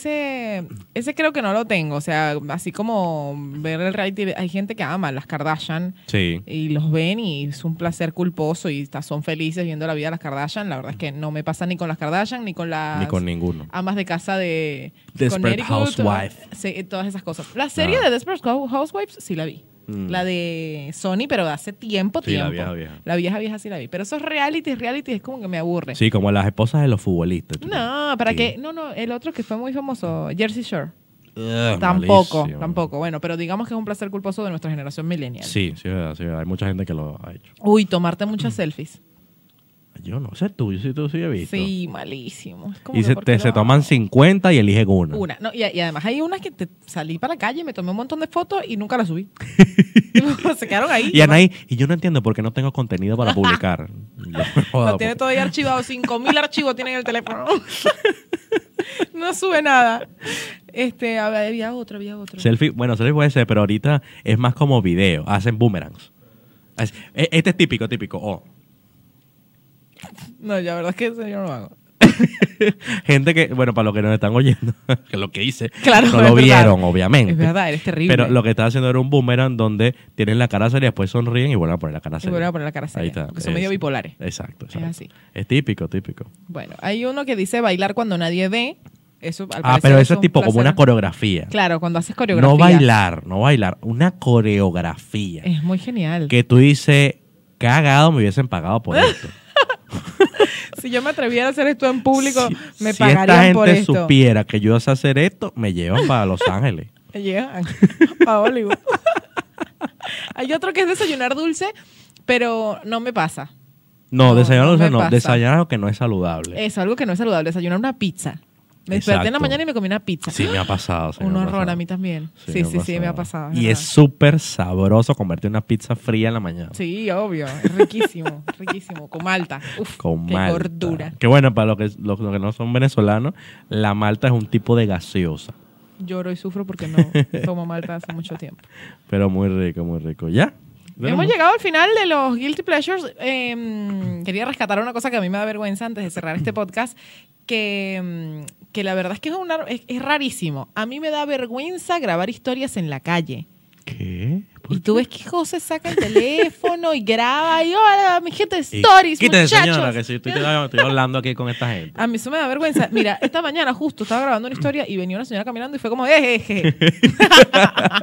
[SPEAKER 2] ese, ese creo que no lo tengo. O sea, así como ver el reality, hay gente que ama las Kardashian
[SPEAKER 1] Sí.
[SPEAKER 2] y los ven y es un placer culposo y está- son felices viendo la vida de las Kardashian. La verdad es que no me pasa ni con las Kardashian ni con las
[SPEAKER 1] Ni con ninguno.
[SPEAKER 2] amas de casa de
[SPEAKER 1] Desperate
[SPEAKER 2] Connecticut,
[SPEAKER 1] Housewife.
[SPEAKER 2] o- sí, todas esas cosas. La serie
[SPEAKER 1] Ah.
[SPEAKER 2] de Desperate Hou- Housewives sí la vi.
[SPEAKER 1] Mm.
[SPEAKER 2] La de Sony, pero hace tiempo,
[SPEAKER 1] Sí, la
[SPEAKER 2] tiempo.
[SPEAKER 1] vieja, vieja.
[SPEAKER 2] La vieja vieja sí la vi. Pero esos reality, reality es como que me aburre.
[SPEAKER 1] Sí, como las esposas de los futbolistas. tú.
[SPEAKER 2] No, para
[SPEAKER 1] Sí.
[SPEAKER 2] que. No, no, el otro que fue muy famoso, Jersey Shore.
[SPEAKER 1] Ugh,
[SPEAKER 2] tampoco,
[SPEAKER 1] Ah, malísimo.
[SPEAKER 2] tampoco. Bueno, pero digamos que es un placer culposo de nuestra generación millennial.
[SPEAKER 1] Sí, sí, es verdad, sí, es verdad. hay mucha gente que lo ha hecho.
[SPEAKER 2] Uy, tomarte muchas selfies.
[SPEAKER 1] Yo no sé tú, yo sí, tú sí he visto.
[SPEAKER 2] Sí, malísimo. Es como
[SPEAKER 1] Y
[SPEAKER 2] que,
[SPEAKER 1] se,
[SPEAKER 2] ¿por
[SPEAKER 1] te-
[SPEAKER 2] qué
[SPEAKER 1] se
[SPEAKER 2] lo
[SPEAKER 1] toman
[SPEAKER 2] hago?
[SPEAKER 1] 50 y eligen una.
[SPEAKER 2] Una. No, y, y además hay unas que te salí para la calle, me tomé un montón de fotos y nunca las subí. Se quedaron ahí.
[SPEAKER 1] Y Anaí, y yo no entiendo por qué no tengo contenido para publicar. Yo me jodo,
[SPEAKER 2] Lo tiene
[SPEAKER 1] porque-
[SPEAKER 2] todavía archivado. 5.000 archivos tiene en el teléfono. no sube nada. Este, a ver, había otro, había otro.
[SPEAKER 1] Selfie, bueno, selfie puede ser, pero ahorita es más como video. Hacen boomerangs. Es- e- este es típico, típico. Oh.
[SPEAKER 2] No, yo la verdad es que eso yo no lo hago.
[SPEAKER 1] Gente que, bueno, para los que nos están oyendo, que lo que hice,
[SPEAKER 2] Claro,
[SPEAKER 1] no
[SPEAKER 2] es
[SPEAKER 1] lo
[SPEAKER 2] verdad.
[SPEAKER 1] vieron, obviamente.
[SPEAKER 2] Es verdad, eres terrible.
[SPEAKER 1] Pero lo que estaba haciendo era un boomerang donde tienen la cara seria, después sonríen y vuelven a poner la cara
[SPEAKER 2] Y
[SPEAKER 1] seria.
[SPEAKER 2] vuelven a poner la cara seria,
[SPEAKER 1] Ahí está.
[SPEAKER 2] porque son medio
[SPEAKER 1] Es-
[SPEAKER 2] bipolares.
[SPEAKER 1] Exacto,
[SPEAKER 2] Es
[SPEAKER 1] exacto.
[SPEAKER 2] así.
[SPEAKER 1] Es típico, típico.
[SPEAKER 2] Bueno, hay uno que dice bailar cuando nadie ve. Eso, al
[SPEAKER 1] ah,
[SPEAKER 2] parecer,
[SPEAKER 1] pero eso es
[SPEAKER 2] un
[SPEAKER 1] tipo como
[SPEAKER 2] placer.
[SPEAKER 1] una coreografía.
[SPEAKER 2] Claro, cuando haces coreografía.
[SPEAKER 1] No bailar, no bailar, una coreografía.
[SPEAKER 2] Es muy genial.
[SPEAKER 1] Que tú dices, cagado, me hubiesen pagado por esto.
[SPEAKER 2] Si yo me atreviera a hacer esto en público,
[SPEAKER 1] Si-
[SPEAKER 2] me
[SPEAKER 1] si esta
[SPEAKER 2] pagarían
[SPEAKER 1] gente
[SPEAKER 2] por esto.
[SPEAKER 1] supiera que yo sé hacer esto, me llevan para Los Ángeles.
[SPEAKER 2] Llegan a Hollywood. Hay otro que es desayunar dulce, pero no me pasa.
[SPEAKER 1] No,
[SPEAKER 2] No,
[SPEAKER 1] desayunar
[SPEAKER 2] no
[SPEAKER 1] dulce
[SPEAKER 2] me
[SPEAKER 1] no,
[SPEAKER 2] pasa. Eh,
[SPEAKER 1] desayunar algo que no es saludable.
[SPEAKER 2] Es algo que no es saludable, desayunar una pizza. Me desperté en la
[SPEAKER 1] Exacto.
[SPEAKER 2] mañana y me comí una pizza.
[SPEAKER 1] Sí, me ha pasado. sí me
[SPEAKER 2] Un
[SPEAKER 1] ha
[SPEAKER 2] horror
[SPEAKER 1] pasado.
[SPEAKER 2] a mí también. Sí, sí,
[SPEAKER 1] me
[SPEAKER 2] sí, me ha pasado.
[SPEAKER 1] Y es
[SPEAKER 2] verdad.
[SPEAKER 1] súper sabroso comerte una pizza fría en la mañana.
[SPEAKER 2] Sí, obvio, es riquísimo, riquísimo, con malta. Uf,
[SPEAKER 1] Con
[SPEAKER 2] qué
[SPEAKER 1] malta.
[SPEAKER 2] gordura.
[SPEAKER 1] Que bueno, para los que, los que no son venezolanos, la malta es un tipo de gaseosa.
[SPEAKER 2] Lloro y sufro porque no tomo malta hace mucho tiempo.
[SPEAKER 1] Pero muy rico, muy rico. ¿Ya?
[SPEAKER 2] Hemos llegado al final de los Guilty Pleasures. Eh, quería rescatar una cosa que a mí me da vergüenza antes de cerrar este podcast, que, mm, que la verdad es que es, una- es- es rarísimo. A mí me da vergüenza grabar historias en la calle.
[SPEAKER 1] ¿Qué? ¿Por
[SPEAKER 2] Y tú ves que José saca el teléfono y graba y hola, mi gente,
[SPEAKER 1] qué?
[SPEAKER 2] stories,
[SPEAKER 1] Quítense,
[SPEAKER 2] muchachos.
[SPEAKER 1] señora, que si estoy, estoy hablando aquí con esta gente.
[SPEAKER 2] A mí eso me da vergüenza. Mira, esta mañana justo estaba grabando una historia y venía una señora caminando y fue como, eh, eh, eh".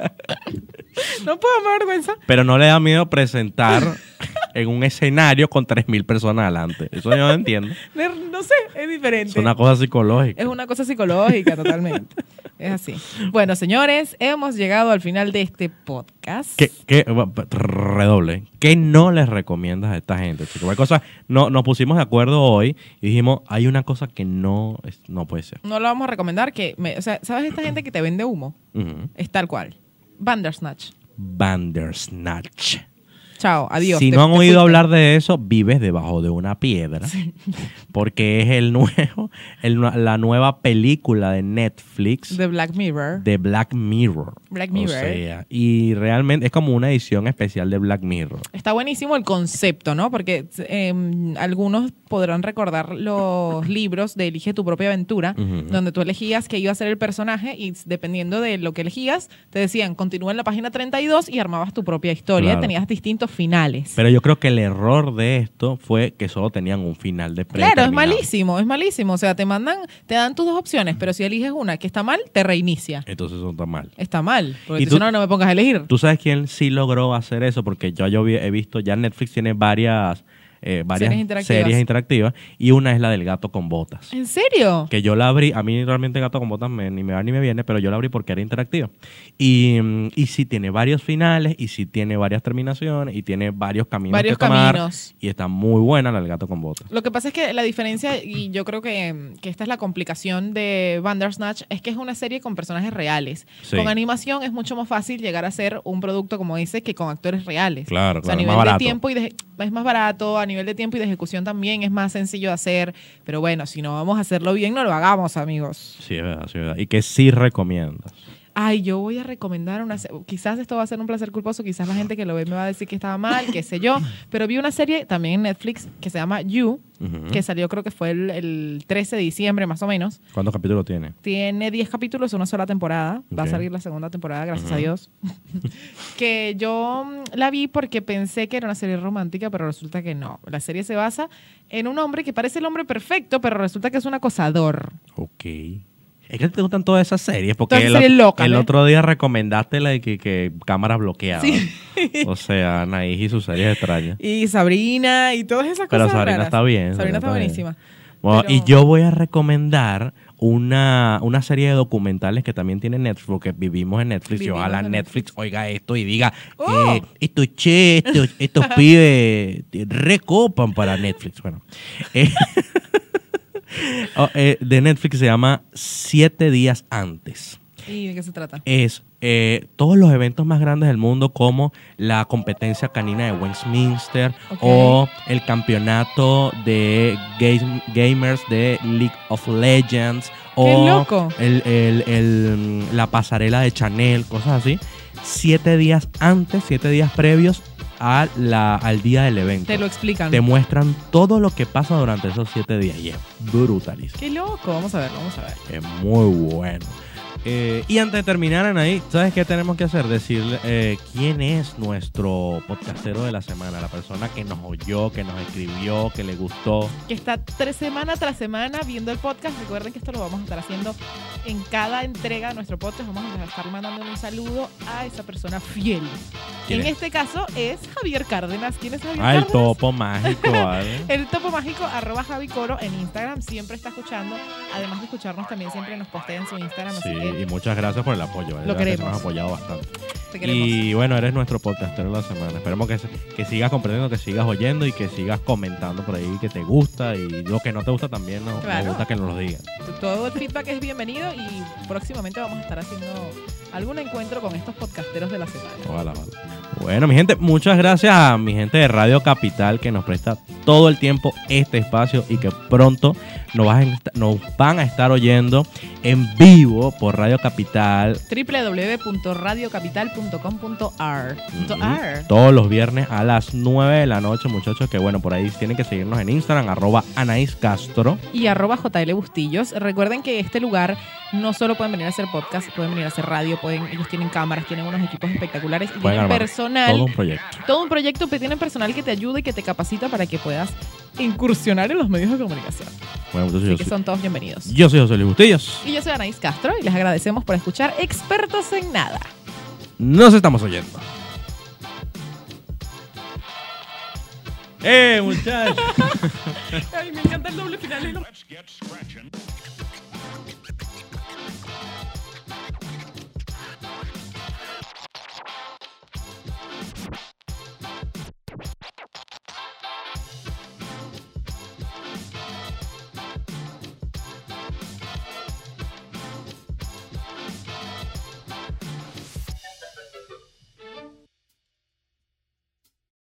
[SPEAKER 2] no puedo, me da vergüenza.
[SPEAKER 1] Pero no le da miedo presentar en un escenario con 3.000 personas adelante. Eso yo no entiendo.
[SPEAKER 2] Me- No sé, es diferente.
[SPEAKER 1] Es una cosa psicológica.
[SPEAKER 2] Es una cosa psicológica, totalmente. Es así. Bueno, señores, hemos llegado al final de este podcast.
[SPEAKER 1] ¿Qué, qué- redoble. ¿Qué no les recomiendas a esta gente? chicos? Hay cosas, no, nos pusimos de acuerdo hoy y dijimos, hay una cosa que no, es- no puede ser.
[SPEAKER 2] No lo vamos a recomendar que, me- o sea, ¿sabes esta gente que te vende humo?
[SPEAKER 1] Ujú.
[SPEAKER 2] Es tal cual. Bandersnatch.
[SPEAKER 1] Bandersnatch.
[SPEAKER 2] Chao, adiós.
[SPEAKER 1] si
[SPEAKER 2] te-
[SPEAKER 1] no han
[SPEAKER 2] te
[SPEAKER 1] oído
[SPEAKER 2] fuiste.
[SPEAKER 1] hablar de eso, vives debajo de una piedra. Porque es el nuevo, el nu- la nueva película de Netflix.
[SPEAKER 2] de Black Mirror.
[SPEAKER 1] de Black Mirror.
[SPEAKER 2] Black
[SPEAKER 1] O
[SPEAKER 2] Mirror.
[SPEAKER 1] sea, y realmente es como una edición especial de Black Mirror.
[SPEAKER 2] Está buenísimo el concepto, ¿no? Porque eh, algunos podrán recordar los libros de Elige tu propia aventura,
[SPEAKER 1] Ujú.
[SPEAKER 2] donde tú elegías que iba a ser el personaje y dependiendo de lo que elegías, te decían, continúa en la página 32 y armabas tu propia historia.
[SPEAKER 1] Claro.
[SPEAKER 2] Tenías distintos finales.
[SPEAKER 1] Pero yo creo que el error de esto fue que solo tenían un final de
[SPEAKER 2] Claro, es
[SPEAKER 1] predeterminado.
[SPEAKER 2] malísimo, es malísimo. O sea, te mandan, te dan tus dos opciones, pero si eliges una que está mal, te reinicia.
[SPEAKER 1] Entonces eso está mal.
[SPEAKER 2] Está mal. Porque
[SPEAKER 1] Y
[SPEAKER 2] tú
[SPEAKER 1] tú-
[SPEAKER 2] dices, no, no me pongas a elegir.
[SPEAKER 1] ¿Tú sabes quién sí logró hacer eso? Porque yo, yo vi- he visto, ya Netflix tiene varias, eh, varias
[SPEAKER 2] Series interactivas.
[SPEAKER 1] series interactivas y una es la del gato con botas.
[SPEAKER 2] ¿En serio?
[SPEAKER 1] que yo la abrí, a mí realmente Gato con Botas me- ni me va ni me viene, pero yo la abrí porque era interactiva. Y, mm, y sí tiene varios finales, y sí tiene varias terminaciones, y tiene varios caminos
[SPEAKER 2] Varios
[SPEAKER 1] que tomar.
[SPEAKER 2] caminos.
[SPEAKER 1] Y está muy buena la del Gato con Botas.
[SPEAKER 2] Lo que pasa es que la diferencia, y yo creo que, que esta es la complicación de Bandersnatch, es que es una serie con personajes reales.
[SPEAKER 1] Sí.
[SPEAKER 2] Con animación es mucho más fácil llegar a ser un producto como ese que con actores reales.
[SPEAKER 1] Claro,
[SPEAKER 2] O
[SPEAKER 1] claro,
[SPEAKER 2] sea, a
[SPEAKER 1] más
[SPEAKER 2] nivel de
[SPEAKER 1] barato.
[SPEAKER 2] tiempo y de- es más barato, a nivel de tiempo y de ejecución también es más sencillo de hacer. Pero bueno, si no vamos a hacerlo bien, no lo hagamos, amigos.
[SPEAKER 1] Sí, es verdad, sí, es verdad. Y que sí recomiendas.
[SPEAKER 2] Ay, yo voy a recomendar una se- quizás esto va a ser un placer culposo, quizás la gente que lo ve me va a decir que estaba mal, qué sé yo, pero vi una serie también en Netflix que se llama You,
[SPEAKER 1] Ujú.
[SPEAKER 2] que salió creo que fue el, el 13 de diciembre más o menos.
[SPEAKER 1] ¿Cuántos capítulos tiene?
[SPEAKER 2] Tiene 10 capítulos, una sola temporada. Va a
[SPEAKER 1] Ok.
[SPEAKER 2] salir la segunda temporada, gracias a
[SPEAKER 1] Ujú.
[SPEAKER 2] Dios. que yo mm, la vi porque pensé que era una serie romántica, pero resulta que no. La serie se basa en un hombre que parece el hombre perfecto, pero resulta que es un acosador.
[SPEAKER 1] Ok. Es que te gustan todas esas series, porque
[SPEAKER 2] Todas
[SPEAKER 1] el,
[SPEAKER 2] series
[SPEAKER 1] otro-
[SPEAKER 2] locas,
[SPEAKER 1] el
[SPEAKER 2] ¿eh?
[SPEAKER 1] otro día recomendaste la de que, que cámara bloqueada.
[SPEAKER 2] Sí.
[SPEAKER 1] O sea, Anaís y sus series extrañas.
[SPEAKER 2] Y Sabrina y todas esas
[SPEAKER 1] Pero
[SPEAKER 2] cosas.
[SPEAKER 1] Sabrina
[SPEAKER 2] raras.
[SPEAKER 1] está bien, Sabrina
[SPEAKER 2] Sabrina está
[SPEAKER 1] está bien.
[SPEAKER 2] buenísima.
[SPEAKER 1] Bueno,
[SPEAKER 2] Pero-
[SPEAKER 1] Y yo voy a recomendar una, una serie de documentales que también tiene Netflix, que vivimos en Netflix.
[SPEAKER 2] Vivimos
[SPEAKER 1] y ojalá
[SPEAKER 2] en
[SPEAKER 1] Netflix, oiga esto y diga,
[SPEAKER 2] ¡Oh!
[SPEAKER 1] eh, estos che, estos, estos pibes recopan para Netflix. Bueno, eh, oh, eh, de Netflix se llama Siete Días Antes
[SPEAKER 2] ¿Y de qué se trata?
[SPEAKER 1] es eh, todos los eventos más grandes del mundo como la competencia canina de Westminster
[SPEAKER 2] Ok.
[SPEAKER 1] o el campeonato de game- gamers de League of Legends o
[SPEAKER 2] loco!
[SPEAKER 1] el- el- el, mm, la pasarela de Chanel, cosas así. Siete días antes, siete días previos a la, al día del evento.
[SPEAKER 2] Te lo explican.
[SPEAKER 1] Te muestran todo lo que pasa durante esos siete días y es brutalísimo.
[SPEAKER 2] Qué loco. Vamos a ver, vamos a ver.
[SPEAKER 1] Es muy bueno. Eh, y antes de terminar, Anaí, ¿sabes qué tenemos que hacer? Decirle eh, quién es nuestro podcastero de la semana, la persona que nos oyó, que nos escribió, que le gustó.
[SPEAKER 2] Que está tres semana tras semana viendo el podcast. Recuerden que esto lo vamos a estar haciendo en cada entrega de nuestro podcast. Vamos a estar mandando un saludo a esa persona fiel.
[SPEAKER 1] ¿Quién
[SPEAKER 2] en
[SPEAKER 1] es?
[SPEAKER 2] este caso es Javier Cárdenas. ¿Quién es Javier
[SPEAKER 1] Ah, el
[SPEAKER 2] Cárdenas?
[SPEAKER 1] topo mágico, ¿vale?
[SPEAKER 2] El topo mágico, arroba Javi Coro en Instagram, siempre está escuchando. Además de escucharnos, también siempre nos postea en su Instagram.
[SPEAKER 1] Sí,
[SPEAKER 2] así que
[SPEAKER 1] y muchas gracias por el apoyo. ¿vale?
[SPEAKER 2] Lo
[SPEAKER 1] La gente
[SPEAKER 2] queremos.
[SPEAKER 1] Nos has apoyado bastante.
[SPEAKER 2] te queremos.
[SPEAKER 1] Y bueno, eres nuestro podcastero de la semana. Esperemos que, se- que sigas comprendiendo, que sigas oyendo y que sigas comentando por ahí que te gusta y lo que no te gusta también nos, nos
[SPEAKER 2] Claro.
[SPEAKER 1] gusta que nos lo digas.
[SPEAKER 2] Todo el feedback es bienvenido y próximamente vamos a estar haciendo algún encuentro con estos podcasteros de la semana.
[SPEAKER 1] Ojalá, ojalá. Bueno, mi gente, muchas gracias a mi gente de Radio Capital que nos presta todo el tiempo este espacio y que pronto nos, vas a est- nos van a estar oyendo en vivo por Radio Capital
[SPEAKER 2] www.radiocapital.com.ar
[SPEAKER 1] Ujú.
[SPEAKER 2] .ar.
[SPEAKER 1] todos los viernes a las 9 de la noche, muchachos. Que bueno, por ahí tienen que seguirnos en Instagram, arroba Anaís Castro.
[SPEAKER 2] y arroba JL Bustillos. Recuerden que este lugar no solo pueden venir a hacer podcast, pueden venir a hacer radio, pueden, ellos tienen cámaras, tienen unos equipos espectaculares y tienen
[SPEAKER 1] armar
[SPEAKER 2] personal.
[SPEAKER 1] Todo un proyecto.
[SPEAKER 2] todo un proyecto que tienen personal que te ayuda y que te capacita para que puedas incursionar en los medios de comunicación.
[SPEAKER 1] Bueno,
[SPEAKER 2] Así
[SPEAKER 1] muchachos, yo
[SPEAKER 2] que
[SPEAKER 1] soy,
[SPEAKER 2] son todos bienvenidos.
[SPEAKER 1] yo soy José Luis Bustillos.
[SPEAKER 2] Y yo soy Anaís Castro y les agradecemos por escuchar Expertos en Nada.
[SPEAKER 1] Nos estamos oyendo. ¡Eh, muchachos! ¡Eh,
[SPEAKER 2] Ay, me encanta el doble final.
[SPEAKER 3] Let's get scratching.